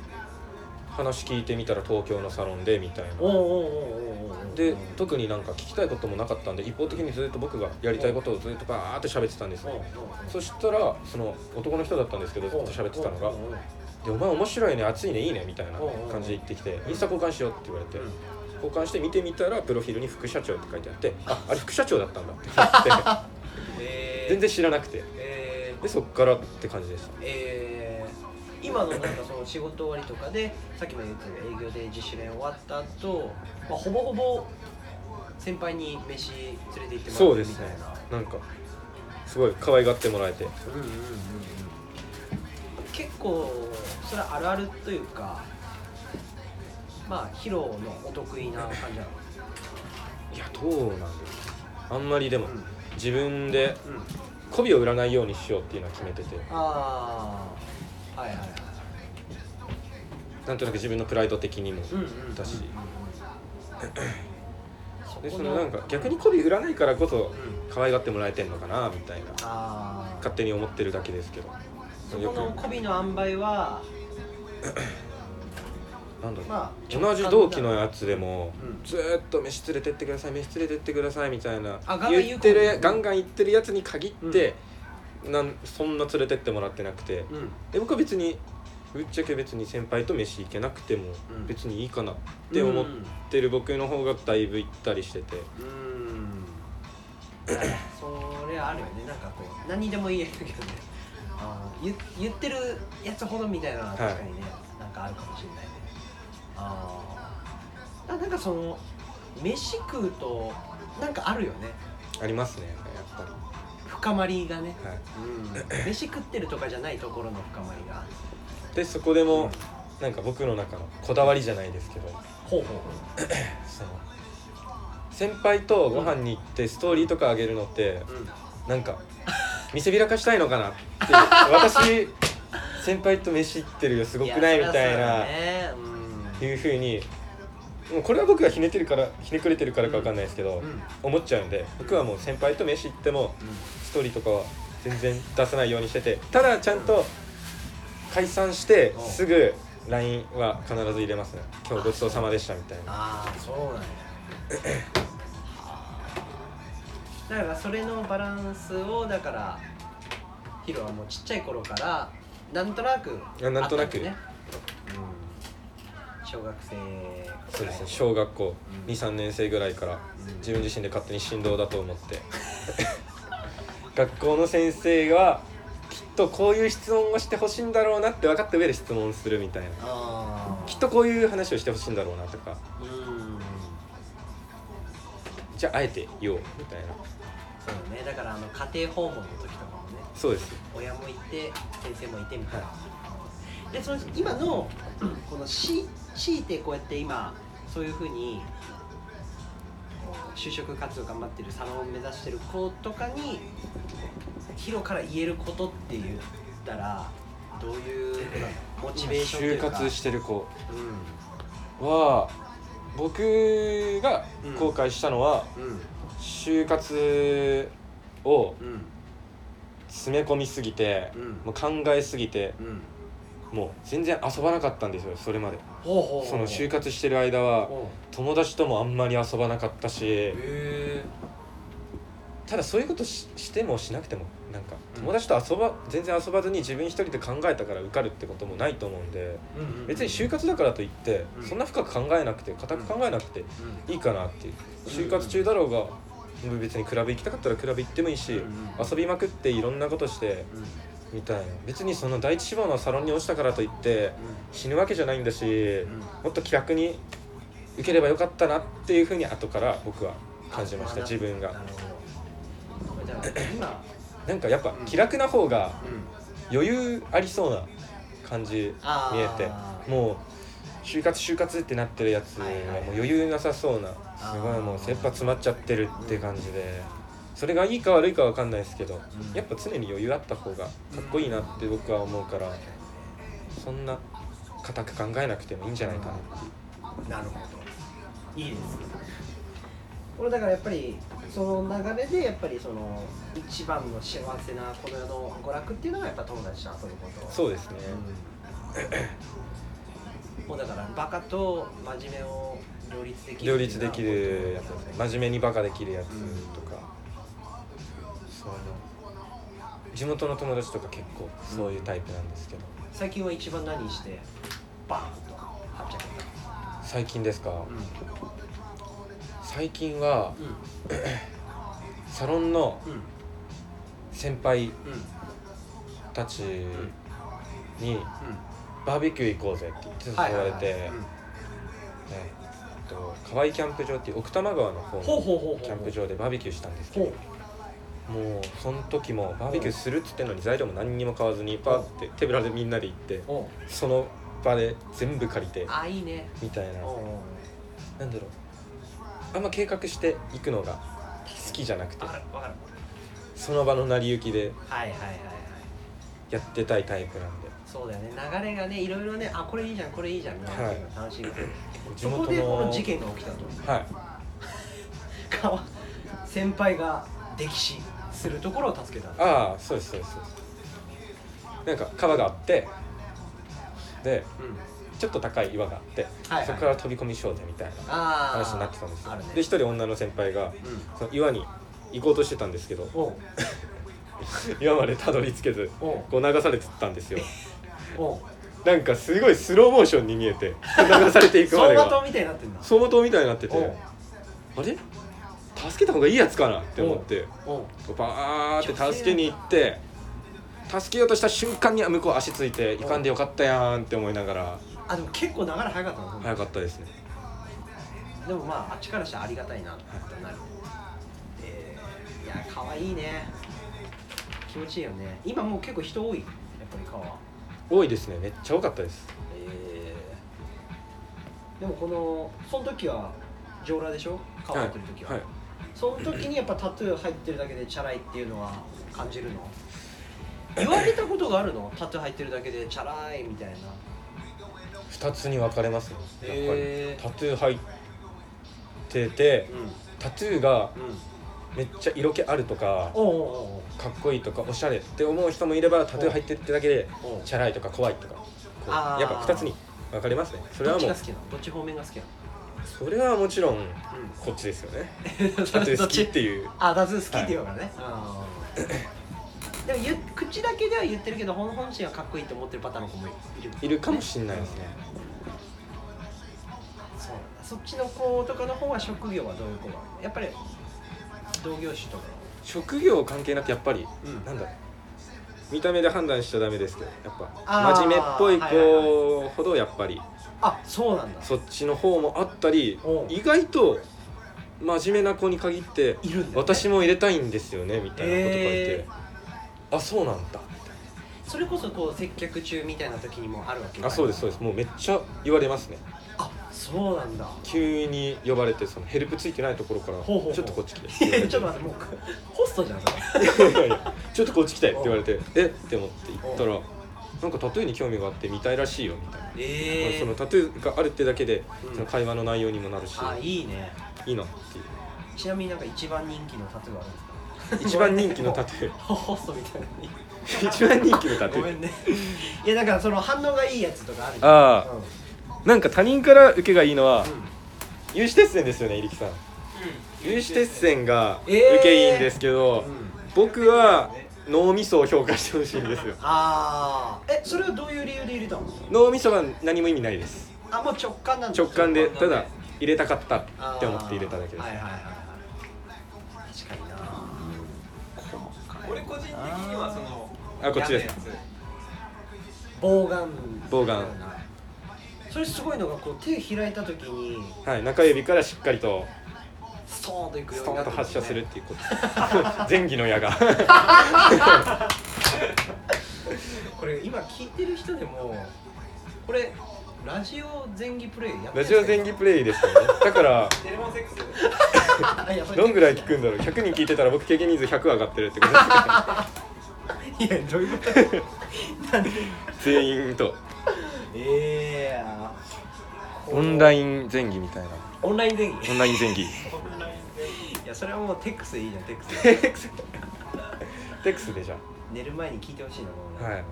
[SPEAKER 2] 話聞いてみたら東京のサロンでみたい
[SPEAKER 1] んおう
[SPEAKER 2] な
[SPEAKER 1] おうおうおうおうおう
[SPEAKER 2] で
[SPEAKER 1] うん
[SPEAKER 2] 特になんか聞きたいこともなかったんで一方的にずっと僕がやりたいことをずっとバーって喋ってたんです
[SPEAKER 1] うんうん
[SPEAKER 2] よ
[SPEAKER 1] うん
[SPEAKER 2] そしたらその男の人だったんですけどずっと喋ってたのが
[SPEAKER 1] うんうんうん
[SPEAKER 2] 「でお前面白いね熱いねいいね」みたいな感じで言ってきて「インスタ交換しよう」って言われて
[SPEAKER 1] うん
[SPEAKER 2] 交換して見てみたらプロフィールに副社長って書いてあって「ああれ副社長だったんだ」ってなって
[SPEAKER 1] えー
[SPEAKER 2] 全然知らなくて
[SPEAKER 1] えー
[SPEAKER 2] でそっからって感じでした
[SPEAKER 1] えー今のなんかその仕事終わりとかでさっきも言ったように営業で自主練終わった後、まあほぼほぼ先輩に飯連れて行ってもら
[SPEAKER 2] そう
[SPEAKER 1] う
[SPEAKER 2] で
[SPEAKER 1] み
[SPEAKER 2] す
[SPEAKER 1] たい
[SPEAKER 2] ね
[SPEAKER 1] な
[SPEAKER 2] なんかすごい可愛がってもらえて
[SPEAKER 1] うんうんうんうん結構それはあるあるというかまあヒロのお得意な感じなの、
[SPEAKER 2] いやどうなんですあんまりでも
[SPEAKER 1] うん
[SPEAKER 2] 自分で
[SPEAKER 1] うん、
[SPEAKER 2] 媚びを売らないようにしようっていうのは決めてて
[SPEAKER 1] ああはいはいはい
[SPEAKER 2] なんとなく自分のプライド的にも
[SPEAKER 1] うんうんうんうん
[SPEAKER 2] だしで
[SPEAKER 1] そこ
[SPEAKER 2] その
[SPEAKER 1] の
[SPEAKER 2] なんか逆に媚び売らないからこそ
[SPEAKER 1] うん
[SPEAKER 2] 可愛がってもらえてんのかなみたいな
[SPEAKER 1] ああ
[SPEAKER 2] 勝手に思ってるだけですけど
[SPEAKER 1] そ
[SPEAKER 2] よ
[SPEAKER 1] こ
[SPEAKER 2] く
[SPEAKER 1] の媚びの塩梅は
[SPEAKER 2] なんだろう
[SPEAKER 1] まあ
[SPEAKER 2] 同じ同期のやつでも、
[SPEAKER 1] うん
[SPEAKER 2] ずーっと飯連れてってください飯連れてってくださいみたいな
[SPEAKER 1] あガンガン言う子
[SPEAKER 2] 言ってるガンガン言ってるやつに限って、なんそんな連れてってもらってなくて
[SPEAKER 1] うん
[SPEAKER 2] で僕は別にぶっちゃけ別に先輩と飯行けなくても
[SPEAKER 1] うん
[SPEAKER 2] 別にいいかなって思ってる僕の方がだいぶ行ったりしてて、
[SPEAKER 1] うん、うん、それあるよねなんかこう何にでも言えるけどねあー言言ってるやつほどみたいなのは確かにね、なんかあるかもしれないねあーあなんかその飯食うとなんかあるよね
[SPEAKER 2] ありますねやっぱ
[SPEAKER 1] 深まりがね
[SPEAKER 2] り、は
[SPEAKER 1] うん、飯食ってるとかじゃないところの深まりが
[SPEAKER 2] い、でそこでも、なんか僕の中のこだわりじゃないですけど
[SPEAKER 1] ほうほうほ
[SPEAKER 2] その先輩とご飯に行ってストーリーとかあげるのって
[SPEAKER 1] う、うん、
[SPEAKER 2] なん か見せびらかしたいのかなっていう私先輩と飯行ってるよすごくないみたいな
[SPEAKER 1] やそりゃそうだね
[SPEAKER 2] いうふうにもうこれは僕がひねってるからひねくれてるからかわかんないですけ
[SPEAKER 1] う
[SPEAKER 2] ど、
[SPEAKER 1] んうん
[SPEAKER 2] 思っちゃうんで僕はもう先輩と飯行ってもストーリーとかは全然出さないようにしててただちゃんと解散して
[SPEAKER 1] うん
[SPEAKER 2] すぐ LINE は必ず入れますね今日ごちそうさまでしたみたいな
[SPEAKER 1] ああそうなんやだからそれのバランスをだからヒロはもうちっちゃい頃からなんとなく
[SPEAKER 2] いやなんと
[SPEAKER 1] あ
[SPEAKER 2] なく
[SPEAKER 1] ったよねうん、小学生
[SPEAKER 2] そうですね小学校
[SPEAKER 1] うん
[SPEAKER 2] 23年生ぐらいから
[SPEAKER 1] うん
[SPEAKER 2] 自分自身で勝手に振動だと思って 学校の先生がきっとこういう質問をしてほしいんだろうなって分かった上で質問するみたいな
[SPEAKER 1] あ
[SPEAKER 2] きっとこういう話をしてほしいんだろうなとか
[SPEAKER 1] うん
[SPEAKER 2] じゃああえて言おうみたいな
[SPEAKER 1] そうねだからあの家庭訪問の時とかもね
[SPEAKER 2] そうです
[SPEAKER 1] 親もいて先生もいてみたいな、でその今のこのし強いてこうやって今そういうふうにこう就職活動頑張ってるサロンを目指してる子とかにヒロから言えることって言ったらどういうモチベーションとい
[SPEAKER 2] 就
[SPEAKER 1] うか
[SPEAKER 2] 活してる子
[SPEAKER 1] う
[SPEAKER 2] は僕が後悔したのは、
[SPEAKER 1] んうん
[SPEAKER 2] 就活を
[SPEAKER 1] うん
[SPEAKER 2] 詰め込みすぎて、
[SPEAKER 1] うん
[SPEAKER 2] もう考えすぎて
[SPEAKER 1] うん
[SPEAKER 2] もう全然遊ばなかったんですよそれまで
[SPEAKER 1] ほうほうほう
[SPEAKER 2] その就活してる間は
[SPEAKER 1] ほう
[SPEAKER 2] 友達ともあんまり遊ばなかったし
[SPEAKER 1] へ
[SPEAKER 2] ただそういうことししてもしなくてもなんか
[SPEAKER 1] うん
[SPEAKER 2] 友達と遊ば全然遊ばずに自分一人で考えたから受かるってこともないと思うんで
[SPEAKER 1] えうんうん
[SPEAKER 2] 別に就活だからといって
[SPEAKER 1] うん
[SPEAKER 2] そんな深く考えなくて固く考えなくて
[SPEAKER 1] うん
[SPEAKER 2] いいかなっていう
[SPEAKER 1] うん
[SPEAKER 2] 就活中だろうが僕別にクラブ行きたかったらクラブ行ってもいいし
[SPEAKER 1] うんうん
[SPEAKER 2] 遊びまくっていろんなことして
[SPEAKER 1] うん
[SPEAKER 2] みたいな別にその第一志望のサロンに落ちたからといって死ぬわけじゃないんだし
[SPEAKER 1] うんうん
[SPEAKER 2] もっと気楽に受ければよかったなっていうふうに後から僕は感じました
[SPEAKER 1] あ
[SPEAKER 2] 自分
[SPEAKER 1] な
[SPEAKER 2] が
[SPEAKER 1] るほどじゃあ今、
[SPEAKER 2] なんかやっぱ
[SPEAKER 1] うん
[SPEAKER 2] 気楽な方が
[SPEAKER 1] うん、
[SPEAKER 2] 余裕ありそうな感じ
[SPEAKER 1] あ
[SPEAKER 2] 見えてもう就活就活ってなってるやつは
[SPEAKER 1] はいはいはい
[SPEAKER 2] もう余裕なさそうなすごいもう切羽詰まっちゃってるって感じでそれがいいか悪いかわかんないですけど
[SPEAKER 1] うん
[SPEAKER 2] やっぱ常に余裕あった方がかっこいいなって僕は思うからそんな固く考えなくてもいいんじゃないかな
[SPEAKER 1] うなるほどいいですねこれだからやっぱりその流れでやっぱりその一番の幸せなこの世の娯楽っていうのがやっぱ友達と遊ぶこと
[SPEAKER 2] そうですね
[SPEAKER 1] うんもうだからバカと真面目を両立できる
[SPEAKER 2] 両立できるやつですね真面目にバカできるやつ
[SPEAKER 1] うん
[SPEAKER 2] とかその地元の友達とか結構そういうタイプなんですけど
[SPEAKER 1] 最近は一番何してバーンとはっちゃけた
[SPEAKER 2] 最近ですか
[SPEAKER 1] うん
[SPEAKER 2] 最近は
[SPEAKER 1] う
[SPEAKER 2] サロンの
[SPEAKER 1] んうん
[SPEAKER 2] 先輩
[SPEAKER 1] うん
[SPEAKER 2] たち
[SPEAKER 1] ん
[SPEAKER 2] にバーベキュー行こうぜって言って誘われて、
[SPEAKER 1] うん
[SPEAKER 2] えっと河合キャンプ場っていう奥多摩川の方
[SPEAKER 1] ほう
[SPEAKER 2] の
[SPEAKER 1] ほうほうほう
[SPEAKER 2] キャンプ場でバーベキューしたんですけ
[SPEAKER 1] ほ
[SPEAKER 2] ど
[SPEAKER 1] う
[SPEAKER 2] もうその時もバーベキューするっつってんのに材料も何にも買わずにパーって手ぶらでみんなで行って
[SPEAKER 1] おう
[SPEAKER 2] その場で全部借りて
[SPEAKER 1] あいいね
[SPEAKER 2] みたいな
[SPEAKER 1] おうおう
[SPEAKER 2] なんだろうあんま計画して行くのが好きじゃなくて
[SPEAKER 1] わかるわかる
[SPEAKER 2] その場の成り行きで
[SPEAKER 1] はいはいはいはい
[SPEAKER 2] やってたいタイプなんで
[SPEAKER 1] そうだよね流れがねいろいろねあこれいいじゃんこれいいじゃんみたいなのが楽しいから
[SPEAKER 2] 地
[SPEAKER 1] そ
[SPEAKER 2] 元
[SPEAKER 1] こ
[SPEAKER 2] の
[SPEAKER 1] でこの事件が起きたと
[SPEAKER 2] はい
[SPEAKER 1] 川先輩が溺死するところを助けた
[SPEAKER 2] ああそうですそうですそうですなんか川があってで
[SPEAKER 1] うん
[SPEAKER 2] ちょっと高い岩があって、
[SPEAKER 1] はいはい
[SPEAKER 2] そこから飛び込みしようぜみたい
[SPEAKER 1] あ
[SPEAKER 2] な
[SPEAKER 1] あ
[SPEAKER 2] 話になってたんですよ、
[SPEAKER 1] あるね
[SPEAKER 2] で一人女の先輩が
[SPEAKER 1] うん
[SPEAKER 2] その岩に行こうとしてたんですけど
[SPEAKER 1] おう
[SPEAKER 2] 岩までたどり着けず
[SPEAKER 1] おう
[SPEAKER 2] こう流されてったんですよ
[SPEAKER 1] おう
[SPEAKER 2] なんかすごいスローモーションに見えて流されていくま
[SPEAKER 1] 相
[SPEAKER 2] で
[SPEAKER 1] 馬
[SPEAKER 2] が
[SPEAKER 1] 灯みたいになってんだ
[SPEAKER 2] 走馬灯みたいになって
[SPEAKER 1] おう
[SPEAKER 2] てあれ助けた方がいいやつかなって思って
[SPEAKER 1] おう
[SPEAKER 2] こうバーって助けに行って助けようとした瞬間には向こう足ついて「いかんでよかったやん」って思いながら
[SPEAKER 1] あでも結構流れ早かったな
[SPEAKER 2] 早かったですね
[SPEAKER 1] でもまああっちからしたらありがたいなってなる、えー、いや川いいね気持ちいいよね今もう結構人多いやっぱり川
[SPEAKER 2] 多いですねめっちゃ多かったです
[SPEAKER 1] えー、でもこのその時は上裸でしょ川入ってる時は、
[SPEAKER 2] はいはい
[SPEAKER 1] その時にやっぱタトゥー入ってるだけでチャラいっていうのは感じるの言われたことがあるのタトゥー入ってるだけでチャラいみたいな
[SPEAKER 2] 2つに分かれますねやっぱり
[SPEAKER 1] へー
[SPEAKER 2] タトゥー入ってて
[SPEAKER 1] うん
[SPEAKER 2] タトゥーが
[SPEAKER 1] うん
[SPEAKER 2] めっちゃ色気あるとか
[SPEAKER 1] おうおう
[SPEAKER 2] かっこいいとかおしゃれって思う人もいればタトゥー入ってるってだけで
[SPEAKER 1] おうおう
[SPEAKER 2] チャラいとか怖いとかこう
[SPEAKER 1] あー
[SPEAKER 2] やっぱ2つに分かれますねそれ
[SPEAKER 1] ど
[SPEAKER 2] は
[SPEAKER 1] っち
[SPEAKER 2] も
[SPEAKER 1] が
[SPEAKER 2] う
[SPEAKER 1] 好きなのどっち方面が好きなの
[SPEAKER 2] それはもちろん
[SPEAKER 1] うん
[SPEAKER 2] こっちですよ ね
[SPEAKER 1] タ
[SPEAKER 2] タトゥー好きっていう
[SPEAKER 1] あタトゥー好きって言うからね、うんでもゆ口だけでは言ってるけど本本心はかっこいいと思ってるパターンの子もいる
[SPEAKER 2] いるかもしんないですね
[SPEAKER 1] そうなんだそっちの子とかの方は職業はどういう子がやっぱり同業種とか
[SPEAKER 2] 職業関係なくやっぱり
[SPEAKER 1] うん
[SPEAKER 2] なんだろう見た目で判断しちゃダメですけどやっぱ
[SPEAKER 1] あー
[SPEAKER 2] 真面目っぽい
[SPEAKER 1] はいはい
[SPEAKER 2] 子ほどやっぱり
[SPEAKER 1] あそうなんだ
[SPEAKER 2] そっちの方もあったり
[SPEAKER 1] おう
[SPEAKER 2] 意外と真面目な子に限って
[SPEAKER 1] いるんだよね
[SPEAKER 2] 私も入れたいんですよねみたいなこと書いて
[SPEAKER 1] へ
[SPEAKER 2] あそうなんだ
[SPEAKER 1] それこそこう接客中みたいな時にもあるわけ
[SPEAKER 2] あそうですそううですもうめっちゃ言われますね
[SPEAKER 1] あそうなんだ
[SPEAKER 2] 急に呼ばれてそのヘルプついてないところから
[SPEAKER 1] ほうほうほう
[SPEAKER 2] ちょっとこっち来て
[SPEAKER 1] いやちょっと待ってもうホストじゃんそれ
[SPEAKER 2] いやいや ちょっとこっち来たいって言われてえって思って行ったらなんかタトゥーに興味があって見たいらしいよみたいな
[SPEAKER 1] え
[SPEAKER 2] そのタトゥーがあるってだけで、
[SPEAKER 1] うん
[SPEAKER 2] その会話の内容にもなるし
[SPEAKER 1] あいいね
[SPEAKER 2] いいなっ ていう
[SPEAKER 1] ちなみになんか一番人気のタトゥーはあるんですか
[SPEAKER 2] 一番人気のタトゥー
[SPEAKER 1] ホストみたいなのに
[SPEAKER 2] 一番人気のタト
[SPEAKER 1] ご
[SPEAKER 2] ゥ
[SPEAKER 1] め
[SPEAKER 2] ー
[SPEAKER 1] んね いやだからその反応がいいやつとかあるじゃん
[SPEAKER 2] あ
[SPEAKER 1] うん
[SPEAKER 2] なんか他人から受けがいいのは
[SPEAKER 1] うん
[SPEAKER 2] 有刺鉄線ですよね入木さん
[SPEAKER 3] うん
[SPEAKER 2] 有刺鉄線が
[SPEAKER 1] えー
[SPEAKER 2] 受けいいんですけど、
[SPEAKER 1] うん
[SPEAKER 2] 僕は脳みそを評価してほしいんで すよ
[SPEAKER 1] ああえそれはどういう理由で入れたの
[SPEAKER 2] 脳みそは何も意味ないです
[SPEAKER 1] あもう直感なんだ
[SPEAKER 2] 直感で
[SPEAKER 3] 直
[SPEAKER 2] た
[SPEAKER 3] 感だ
[SPEAKER 2] だ
[SPEAKER 3] ね
[SPEAKER 2] 入れたかったって思って入れただけです、
[SPEAKER 1] あーはいはいはいはい確かにな
[SPEAKER 3] 俺個人的にはその
[SPEAKER 2] あこっちです
[SPEAKER 3] 嫌なや
[SPEAKER 1] 棒眼
[SPEAKER 2] 棒眼
[SPEAKER 1] それすごいのがこう手開いた時に
[SPEAKER 2] はい中指からしっかりと
[SPEAKER 1] ストーンといくよ
[SPEAKER 2] ス
[SPEAKER 1] うにな
[SPEAKER 2] トー
[SPEAKER 1] ってるんで
[SPEAKER 2] ンと発
[SPEAKER 1] すね
[SPEAKER 2] 射するっていう こと前儀の矢が
[SPEAKER 1] これ今聞いてる人でもこれラジオ前儀プレイやってるんで
[SPEAKER 2] ラ
[SPEAKER 1] す
[SPEAKER 2] ジ
[SPEAKER 1] か
[SPEAKER 2] オ前儀プレイですよねだから
[SPEAKER 3] つテレフォンセックス
[SPEAKER 1] あいやそれ
[SPEAKER 2] どんぐらい聞くんだろう100人聞いてたら僕経験人数100上がってるってこ とですか
[SPEAKER 1] いやどういうこと なんで
[SPEAKER 2] 全員と
[SPEAKER 1] ええー、
[SPEAKER 2] オンライン前儀みたいな
[SPEAKER 1] オンライ ン前儀
[SPEAKER 2] オンライン前儀
[SPEAKER 1] いやそれはもうテックスいいじゃんテックス
[SPEAKER 2] テックステックスでじゃ
[SPEAKER 1] 寝る前に聞いてほしいな
[SPEAKER 2] あはい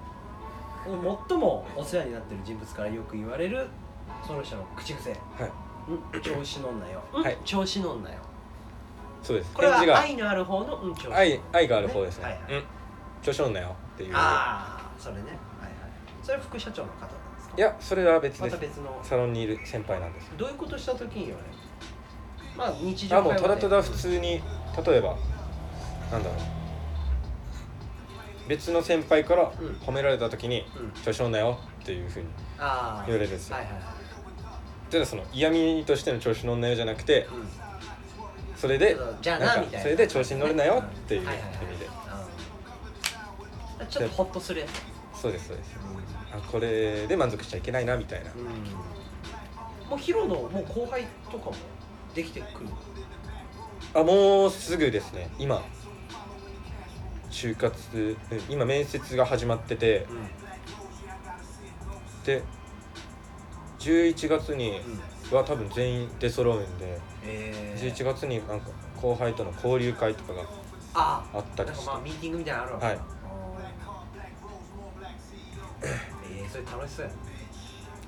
[SPEAKER 1] 最もお世話になってる人物からよく言われるその人の口癖
[SPEAKER 2] はい
[SPEAKER 1] うん調子乗んなよ、
[SPEAKER 2] はい
[SPEAKER 1] うん調子乗んなよ
[SPEAKER 2] そうです
[SPEAKER 1] これは
[SPEAKER 2] 返事が
[SPEAKER 1] 愛のある方のうん調子乗んなよ
[SPEAKER 2] 愛愛がある方ですね、
[SPEAKER 1] はいはい
[SPEAKER 2] うん調子乗んなよっていう
[SPEAKER 1] ああそれねはいはいそれ副社長の方なんですか
[SPEAKER 2] いやそれは別
[SPEAKER 1] ま
[SPEAKER 2] で
[SPEAKER 1] た
[SPEAKER 2] す
[SPEAKER 1] 別の
[SPEAKER 2] サロンにいる先輩なんです
[SPEAKER 1] どういうことした時に言われるまあ日常
[SPEAKER 2] あ
[SPEAKER 1] 会
[SPEAKER 2] も
[SPEAKER 1] 話
[SPEAKER 2] う
[SPEAKER 1] で
[SPEAKER 2] ただただ普通に例えばなんだろう別の先輩から
[SPEAKER 1] うん
[SPEAKER 2] 褒められた時に
[SPEAKER 1] うん
[SPEAKER 2] 「調子乗んなよ」っていうふうに
[SPEAKER 1] ああ
[SPEAKER 2] 言われるんですよ
[SPEAKER 1] はいはいはい
[SPEAKER 2] ただその嫌味としての「調子乗んなよ」じゃなくて
[SPEAKER 1] うん
[SPEAKER 2] それで
[SPEAKER 1] ちょっとじゃあ
[SPEAKER 2] な
[SPEAKER 1] なんみたい
[SPEAKER 2] か
[SPEAKER 1] な
[SPEAKER 2] それで調子に乗るなよっていう意
[SPEAKER 1] はいはいはい
[SPEAKER 2] 味で
[SPEAKER 1] うんちょっとホッとするやつ
[SPEAKER 2] そうですそうですあこれで満足しちゃいけないなみたいな
[SPEAKER 1] うんもうヒロのもう後輩とかもできてくる
[SPEAKER 2] あもうすぐですね今就活うん今面接が始まってて
[SPEAKER 1] うん
[SPEAKER 2] で11月に
[SPEAKER 1] うん
[SPEAKER 2] は多分全員出揃うんで
[SPEAKER 1] えー、
[SPEAKER 2] 11月になんか後輩との交流会とかが
[SPEAKER 1] あ
[SPEAKER 2] あった
[SPEAKER 1] なん
[SPEAKER 2] り
[SPEAKER 1] か
[SPEAKER 2] して
[SPEAKER 1] まあミーティングみたいなのあるわけ
[SPEAKER 2] はい
[SPEAKER 1] えー、それ楽しそうやね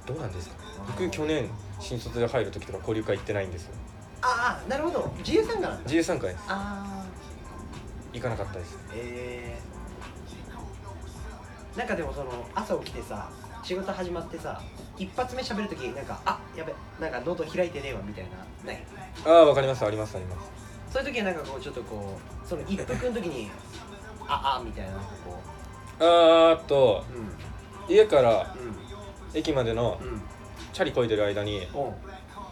[SPEAKER 2] どうなんですか
[SPEAKER 1] あー
[SPEAKER 2] 僕去年新卒で入る時とか交流会行ってないんですよ
[SPEAKER 1] ああなるほど自由参加なんだ
[SPEAKER 2] 13回です
[SPEAKER 1] ああ
[SPEAKER 2] 行かなかったです
[SPEAKER 1] えー、なんかでもその朝起きてさ仕事始まってさ一発目喋るときなんかあやべなんか喉開いてねえわみたいなない
[SPEAKER 2] ああわかりますありますあります
[SPEAKER 1] そういう時はなんかこうちょっとこうその一服の時にああみたいななんかこ
[SPEAKER 2] あーあと
[SPEAKER 1] ううん
[SPEAKER 2] 家から
[SPEAKER 1] う
[SPEAKER 2] 駅までの
[SPEAKER 1] んうん
[SPEAKER 2] チャリこいでる間に
[SPEAKER 1] おう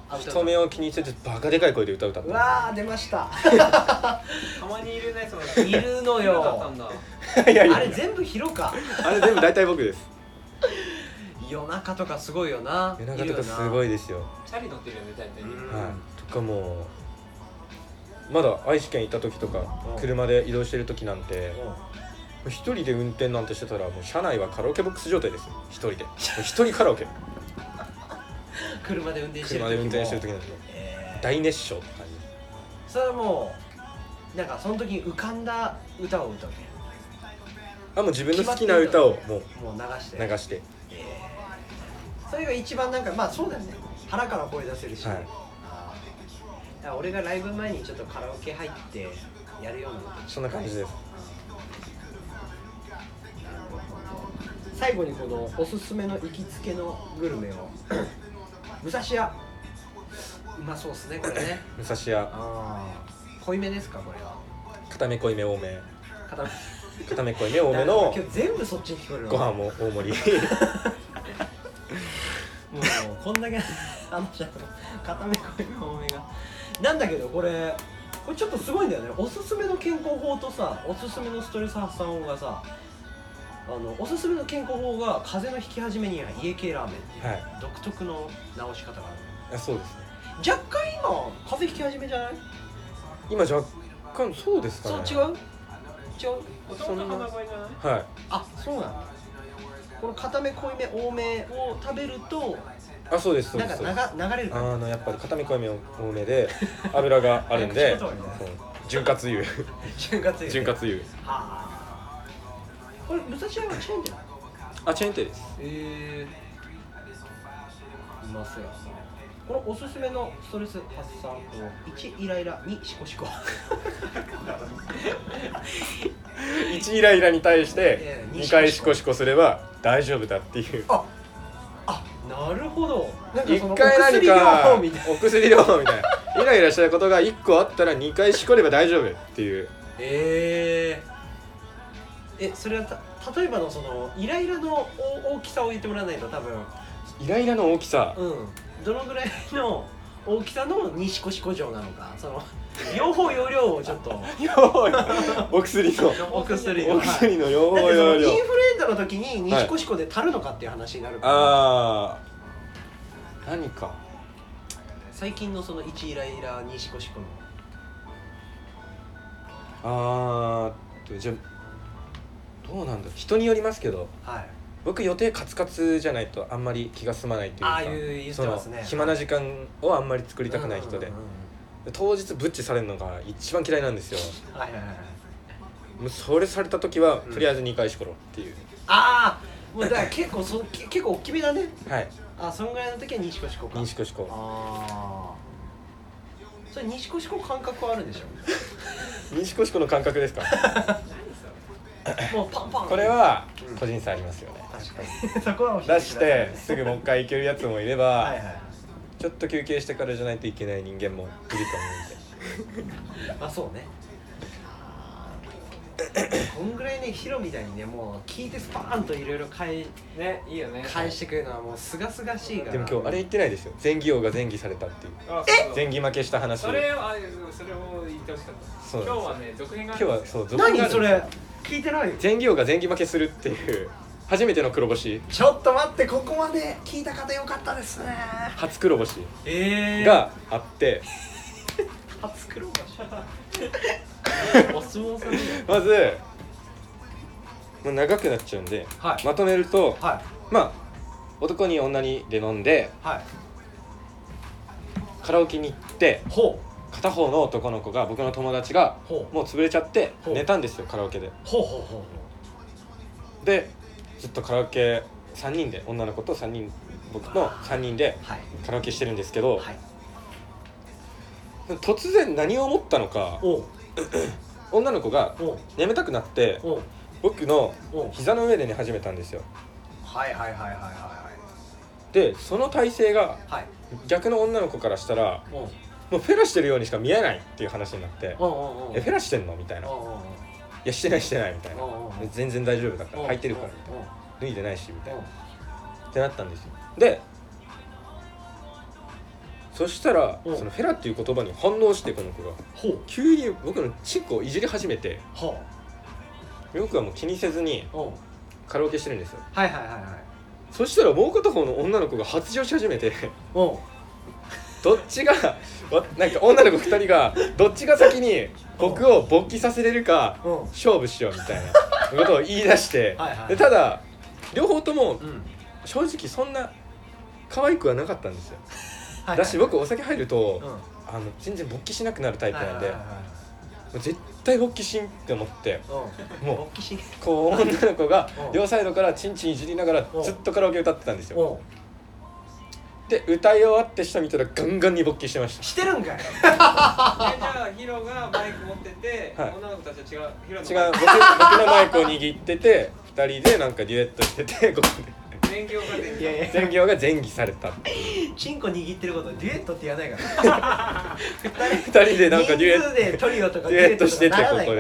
[SPEAKER 1] あ
[SPEAKER 2] 人目を気にせずバカでかい声で歌歌っ
[SPEAKER 1] う
[SPEAKER 2] た
[SPEAKER 1] わー出ました
[SPEAKER 3] たまにいるねその
[SPEAKER 1] いるの
[SPEAKER 3] ヒロだった
[SPEAKER 1] よ
[SPEAKER 3] ん だ
[SPEAKER 2] いやいや
[SPEAKER 1] あれ全部広か
[SPEAKER 2] あれ全部大体僕です
[SPEAKER 1] 夜中とかすごいよな
[SPEAKER 2] 夜中とかすご
[SPEAKER 1] い
[SPEAKER 2] いですよ
[SPEAKER 3] チャリ乗ってるよね大体
[SPEAKER 1] るよな
[SPEAKER 2] はいとかもうまだ愛知県行った時とか
[SPEAKER 1] うん
[SPEAKER 2] 車で移動してる時なんて、
[SPEAKER 1] うんうん
[SPEAKER 2] 一人で運転なんてしてたらもう車内はカラオケボックス状態ですよ一人 でもう一人カラオケ
[SPEAKER 1] 車で運転してる時
[SPEAKER 2] 車
[SPEAKER 1] も
[SPEAKER 2] で運転してる時なんて
[SPEAKER 1] えー
[SPEAKER 2] 大熱唱って感
[SPEAKER 1] それはもうなんかその時に浮かんだ歌を歌うね
[SPEAKER 2] じあもう自分の好きな歌をもう
[SPEAKER 1] もう流して
[SPEAKER 2] 流して
[SPEAKER 1] それが一番なんかまあそうだよね腹から声出せるし、
[SPEAKER 2] はい
[SPEAKER 1] あーだから俺がライブ前にちょっとカラオケ入ってやるようなこと
[SPEAKER 2] そんな感じです
[SPEAKER 1] 最後にこのおすすめの行きつけのグルメ を武蔵屋うまそうっすねこれ ね
[SPEAKER 2] 武蔵屋
[SPEAKER 1] ああ濃いめですかこれは
[SPEAKER 2] 固め濃いめ多め
[SPEAKER 1] 固め
[SPEAKER 2] 固めっこいね多め の
[SPEAKER 1] 今日全部そっちに聞こえるの
[SPEAKER 2] ご飯も大 盛
[SPEAKER 1] も
[SPEAKER 2] り
[SPEAKER 1] うこんだけ話したら固め声が多めがなんだけどこれこれちょっとすごいんだよねおすすめの健康法とさおすすめのストレス発散法がさあのおすすめの健康法が風邪の引き始めには家系ラーメンっていう、
[SPEAKER 2] はい
[SPEAKER 1] 独特の直し方がある
[SPEAKER 2] あそうですね
[SPEAKER 1] 若干今風邪引き始めじゃない
[SPEAKER 2] 今若干そうですか
[SPEAKER 1] そう
[SPEAKER 2] ね
[SPEAKER 1] 違う違う
[SPEAKER 3] もともと鼻声じゃない
[SPEAKER 2] は
[SPEAKER 1] あそうなんだこの固め濃いめ多めを食べると
[SPEAKER 2] いあそうですそう
[SPEAKER 1] な
[SPEAKER 2] ですそうです
[SPEAKER 1] んか流流れるから
[SPEAKER 2] あのやっぱり片目濃いめ多めで 油があるんで
[SPEAKER 1] 口元がね
[SPEAKER 2] うん潤滑 油
[SPEAKER 1] 潤滑油
[SPEAKER 2] 潤滑油
[SPEAKER 1] はあこれ武蔵屋はチェーンじゃない
[SPEAKER 2] あチェーン店です
[SPEAKER 1] ええいますよこのおすすめのストレス発散法1イライラ2シコシコ
[SPEAKER 2] 1イライラに対して
[SPEAKER 1] いやいや
[SPEAKER 2] 2回シコシコすれば大丈夫だっていう
[SPEAKER 1] ああなるほどなんかその
[SPEAKER 2] 1回何か
[SPEAKER 1] お薬療法みたいな
[SPEAKER 2] お薬療法みたいなイライラしたことが1個あったら2回しこれば大丈夫っていう
[SPEAKER 1] えええそれはた例えばのそのイライラの大大きさを言ってもらわないと多分
[SPEAKER 2] イライラの大 きさ
[SPEAKER 1] うんどのぐらいの大きさの2シコシコ状なのか その両方容量をちょっと
[SPEAKER 2] お薬の
[SPEAKER 1] お薬
[SPEAKER 2] お薬の用法
[SPEAKER 1] だってその
[SPEAKER 2] 用
[SPEAKER 1] インフルエ
[SPEAKER 2] 量
[SPEAKER 1] ンザの時に西コシコで足るのかっていう話になるから、
[SPEAKER 2] ああ何か
[SPEAKER 1] 最近のその1イライラ西コシコの
[SPEAKER 2] あーっとじゃあどうなんだ人によりますけど
[SPEAKER 1] はい
[SPEAKER 2] 僕予定カツカツじゃないとあんまり気が済まないっていうか
[SPEAKER 1] あー言う言って
[SPEAKER 2] その
[SPEAKER 1] ますね
[SPEAKER 2] 暇な時間をあんまり作りたくない
[SPEAKER 1] う
[SPEAKER 2] 人で
[SPEAKER 1] んうんうん
[SPEAKER 2] で当日ブッチされるのが一番嫌いなんですよ
[SPEAKER 1] うんはいはいはいはい
[SPEAKER 2] もうそれされた時は
[SPEAKER 1] うん
[SPEAKER 2] とりあえず2回しころっていう、
[SPEAKER 1] ああもうだから 結構そけ結構大きめだね
[SPEAKER 2] はい
[SPEAKER 1] あそんぐらいの時は西コシコか
[SPEAKER 2] 2しこしこ
[SPEAKER 1] ああそれ西コシコ感覚はある でしょ
[SPEAKER 2] 2しこしこの感覚ですか
[SPEAKER 1] もうパンパン
[SPEAKER 2] これは
[SPEAKER 1] うん
[SPEAKER 2] 個人差ありますよね
[SPEAKER 1] 確かに そこはお引き
[SPEAKER 2] 出
[SPEAKER 1] き
[SPEAKER 2] し
[SPEAKER 1] ください
[SPEAKER 2] てすぐもう一回いけるやつもいれば、
[SPEAKER 1] はいはい
[SPEAKER 2] ちょっと休憩してからじゃないといけない人間もいると思
[SPEAKER 1] あそうねこんぐらいねヒロみたいにねもう聞いてスパーンといろいろ返
[SPEAKER 3] ねいいよね
[SPEAKER 1] 返してくるのはもうすがすがしいか
[SPEAKER 2] うんで
[SPEAKER 1] ら
[SPEAKER 2] でも今日あれ言ってないですよ前義王が前義されたっていう
[SPEAKER 3] あそうそう
[SPEAKER 2] 前義負けした話
[SPEAKER 3] それをあそれを言ってほしかった
[SPEAKER 2] そう
[SPEAKER 3] 今日はね続編が
[SPEAKER 2] 今
[SPEAKER 3] あ
[SPEAKER 2] 日は
[SPEAKER 3] るんですよ
[SPEAKER 2] そう続
[SPEAKER 1] 何
[SPEAKER 2] がある
[SPEAKER 1] そ
[SPEAKER 2] んですよ
[SPEAKER 1] れ聞いてないよ
[SPEAKER 2] 前義王が前義負けするっていう初めての黒星
[SPEAKER 1] ちょっと待ってここまで聞いた方よかったですね
[SPEAKER 2] 初黒星
[SPEAKER 1] ええ
[SPEAKER 2] があって、
[SPEAKER 1] 初黒場所お相撲さんみたい
[SPEAKER 2] まずもう長くなっちゃうんで、
[SPEAKER 1] はい
[SPEAKER 2] まとめると
[SPEAKER 1] はい
[SPEAKER 2] まあ男に女にで飲んで
[SPEAKER 1] はい
[SPEAKER 2] カラオケに行って
[SPEAKER 1] ほ
[SPEAKER 2] 片方の男の子が僕の友達が
[SPEAKER 1] うほう
[SPEAKER 2] もう潰れちゃって
[SPEAKER 1] ほう
[SPEAKER 2] 寝たんですよカラオケで
[SPEAKER 1] ほうほうほうほ
[SPEAKER 2] でずっとカラオケ3人で女の子と3人僕の3人で
[SPEAKER 1] うはい
[SPEAKER 2] カラオケしてるんですけど、
[SPEAKER 1] はい
[SPEAKER 2] 突然何を思ったのか
[SPEAKER 1] おう
[SPEAKER 2] 女の子が
[SPEAKER 1] おう
[SPEAKER 2] 眠たくなって
[SPEAKER 1] おう
[SPEAKER 2] 僕の
[SPEAKER 1] おう
[SPEAKER 2] 膝の上で寝始めたんですよ
[SPEAKER 1] はいはいはいはいはい
[SPEAKER 2] でその体勢が
[SPEAKER 1] はいはい
[SPEAKER 2] 逆の女の子からしたら
[SPEAKER 1] おう
[SPEAKER 2] もうフェラしてるようにしか見えないっていう話になって
[SPEAKER 1] おうおうおう
[SPEAKER 2] えフェラしてんのみたいな「いやしてないしてない」みたいな「全然大丈夫だから履いてるから」みたいな「脱いでないし」みたいなってなったんですよでそしたら
[SPEAKER 1] うん
[SPEAKER 2] そのフェラっていう言葉に反応してこの子が
[SPEAKER 1] ほう
[SPEAKER 2] 急に僕のチンコをいじり始めて
[SPEAKER 1] ほ
[SPEAKER 2] 僕はもう気にせずに
[SPEAKER 1] うおう
[SPEAKER 2] カラオケしてるんですよ
[SPEAKER 1] はいはいはいはい
[SPEAKER 2] そしたらもう片方の女の子が発情し始めて
[SPEAKER 1] おう
[SPEAKER 2] どっちがわなんか女の子2人がどっちが先に僕を勃起させれるか
[SPEAKER 1] おう
[SPEAKER 2] 勝負しようみたいなことを言い出して
[SPEAKER 1] はいはい
[SPEAKER 2] でただ両方とも
[SPEAKER 1] うん
[SPEAKER 2] 正直そんな可愛くはなかったんですよ
[SPEAKER 1] はい
[SPEAKER 2] だし
[SPEAKER 1] はい
[SPEAKER 2] 僕お酒入ると
[SPEAKER 1] うん
[SPEAKER 2] あの全然勃起しなくなるタイプなん
[SPEAKER 1] はいは
[SPEAKER 2] で
[SPEAKER 1] いはいはい
[SPEAKER 2] もう絶対勃起しんって思って
[SPEAKER 1] うん
[SPEAKER 2] もう
[SPEAKER 1] 勃起し
[SPEAKER 2] こう女の子が
[SPEAKER 1] うん
[SPEAKER 2] 両サイドからチンチンいじりながら
[SPEAKER 1] うん
[SPEAKER 2] ずっとカラオケ歌ってたんですよ
[SPEAKER 1] おう
[SPEAKER 2] で歌い終わって下見たらガンガンに勃起してました
[SPEAKER 1] してるんかい
[SPEAKER 3] えじゃあヒロがマイク持ってて、
[SPEAKER 2] はい
[SPEAKER 3] 女の子たちは違うヒ
[SPEAKER 2] 違
[SPEAKER 3] ロの
[SPEAKER 2] う僕僕のマイクを握ってて2人でなんかデュエットしててこう
[SPEAKER 3] 勉強ができ
[SPEAKER 1] いやいや
[SPEAKER 2] 前業が前儀されたっていう
[SPEAKER 1] チンコ握ってることデュエットって言わないから
[SPEAKER 2] 2人でなんかデュエッ
[SPEAKER 1] 人数でトリオとか
[SPEAKER 2] デュエットしてて
[SPEAKER 1] な
[SPEAKER 2] こ
[SPEAKER 1] らない
[SPEAKER 2] こ
[SPEAKER 1] か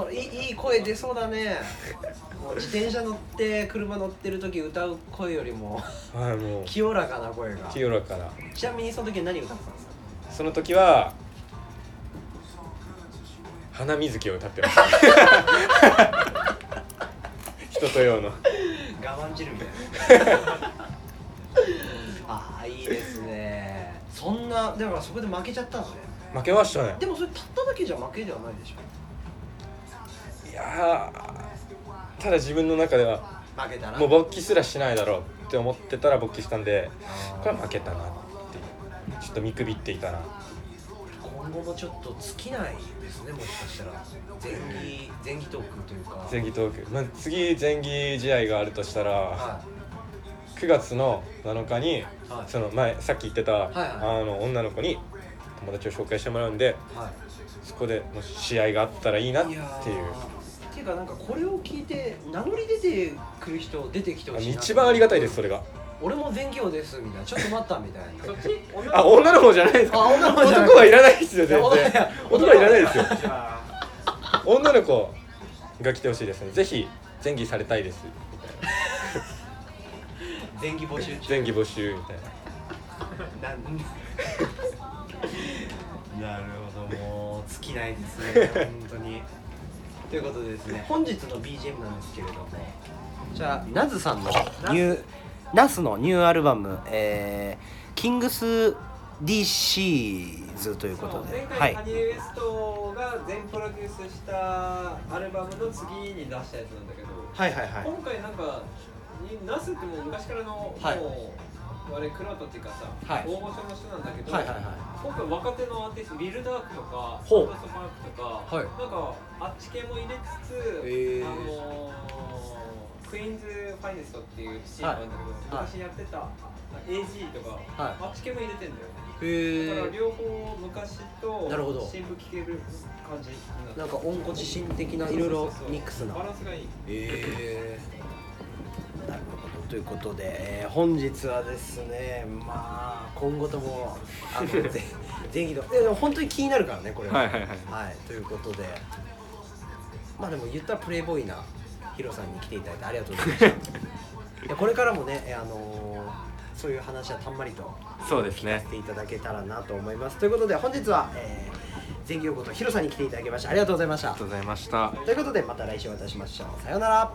[SPEAKER 1] ら
[SPEAKER 2] で
[SPEAKER 1] 声出そうだねもう自転車乗って車乗ってる時歌う声よりも
[SPEAKER 2] はいもう
[SPEAKER 1] 清らかな声が
[SPEAKER 2] 清らかな
[SPEAKER 1] ちなみにその時何歌ってたんですか
[SPEAKER 2] その時は花水木を歌ってました 人と用の
[SPEAKER 1] 我慢汁みたいな ああいいですねそんなだからそこで負けちゃったのね
[SPEAKER 2] 負けましたね
[SPEAKER 1] でもそれたっただけじゃ負けではないでしょ
[SPEAKER 2] いやーただ自分の中では
[SPEAKER 1] 負けたら
[SPEAKER 2] もう勃起すらしないだろうって思ってたら勃起したんで
[SPEAKER 1] あ
[SPEAKER 2] これ
[SPEAKER 1] ー
[SPEAKER 2] は負けたなっていうちょっと見くびっていたな
[SPEAKER 1] 今後もちょっと尽きないですねもしかしたら前儀前儀トークというか
[SPEAKER 2] 前儀トーク、まあ、次前儀試合があるとしたら
[SPEAKER 1] は
[SPEAKER 2] 9月の7日に
[SPEAKER 1] いはい
[SPEAKER 2] その前さっき言ってた、
[SPEAKER 1] いはい
[SPEAKER 2] あの女の子に友達を紹介してもらうんで
[SPEAKER 1] はい
[SPEAKER 2] そこでもし試合があったらいいなってい
[SPEAKER 1] やー
[SPEAKER 2] う
[SPEAKER 1] っていうかなんかこれを聞いて名乗り出てくる人出てきて
[SPEAKER 2] あの
[SPEAKER 1] ほしいな
[SPEAKER 2] 一番ありがたいですそれが
[SPEAKER 1] 俺も全業ですみたいなちょっと待ったみたい な
[SPEAKER 3] そっち女
[SPEAKER 2] あ女の方じゃないです
[SPEAKER 1] あ女の方じゃない
[SPEAKER 2] 男はいらないですよ
[SPEAKER 1] いや
[SPEAKER 2] 全
[SPEAKER 1] 女い
[SPEAKER 2] 然
[SPEAKER 1] や
[SPEAKER 2] 男はいらないですよ
[SPEAKER 3] じゃあ
[SPEAKER 2] 女の子が来てほしいですねぜひ前儀されたいです
[SPEAKER 1] 前儀募集中
[SPEAKER 2] 前儀募集みたいな
[SPEAKER 1] なんなるほどもう尽きないですね本当にということでですね本日の BGM なんですけれどもじゃあナズさんのニューナスのニューアルバム「えー、キングス D シーズ」ということ
[SPEAKER 3] そう前
[SPEAKER 1] では
[SPEAKER 3] 回
[SPEAKER 1] い
[SPEAKER 3] カニエ・ウエストが全プロデュースしたアルバムの次に出したやつなんだけど、
[SPEAKER 1] はいはいはい
[SPEAKER 3] 今回なんかナスってもう昔からの、
[SPEAKER 1] はい
[SPEAKER 3] もうあれクラウトっていうかさ、
[SPEAKER 1] はい
[SPEAKER 3] 大御所の人なんだけど、
[SPEAKER 1] はいはいはい
[SPEAKER 3] 今回若手のアーティストビルダークとか
[SPEAKER 1] ほう
[SPEAKER 3] トマークとか、
[SPEAKER 1] はい
[SPEAKER 3] なんかあっち系も入れつつ、
[SPEAKER 1] へー
[SPEAKER 3] あのークイーンズファイネストっていうチームなんだけど、
[SPEAKER 1] はい
[SPEAKER 3] 昔やってた、AG とか、
[SPEAKER 1] はい
[SPEAKER 3] あっち系も入れてんだよ
[SPEAKER 1] へ
[SPEAKER 3] だから
[SPEAKER 1] え
[SPEAKER 3] 両方昔と
[SPEAKER 1] なるほど
[SPEAKER 3] 新聞聞ける感じになって
[SPEAKER 1] なんか温故知新的ないろいろ
[SPEAKER 3] そうそうそう
[SPEAKER 1] ミックスな
[SPEAKER 3] バランスがいい
[SPEAKER 1] えー、なるほどということで、えー本日はですねまあ今後とも あのぜ前期のいやでも本当に気になるからねこれは、
[SPEAKER 2] はいはい
[SPEAKER 1] はいということでまあでも言ったらプレイボーイなヒロさんに来ていただいてありがとうございましたい やこれからもね、えーあのーそういう話はたんまりと
[SPEAKER 2] そうですね
[SPEAKER 1] していただけたらなと思いますということで本日は、えー、前期のことヒロさんに来ていただきましてありがとうございました
[SPEAKER 2] とうございました
[SPEAKER 1] ということでまた来週お会いいたしましょうさようなら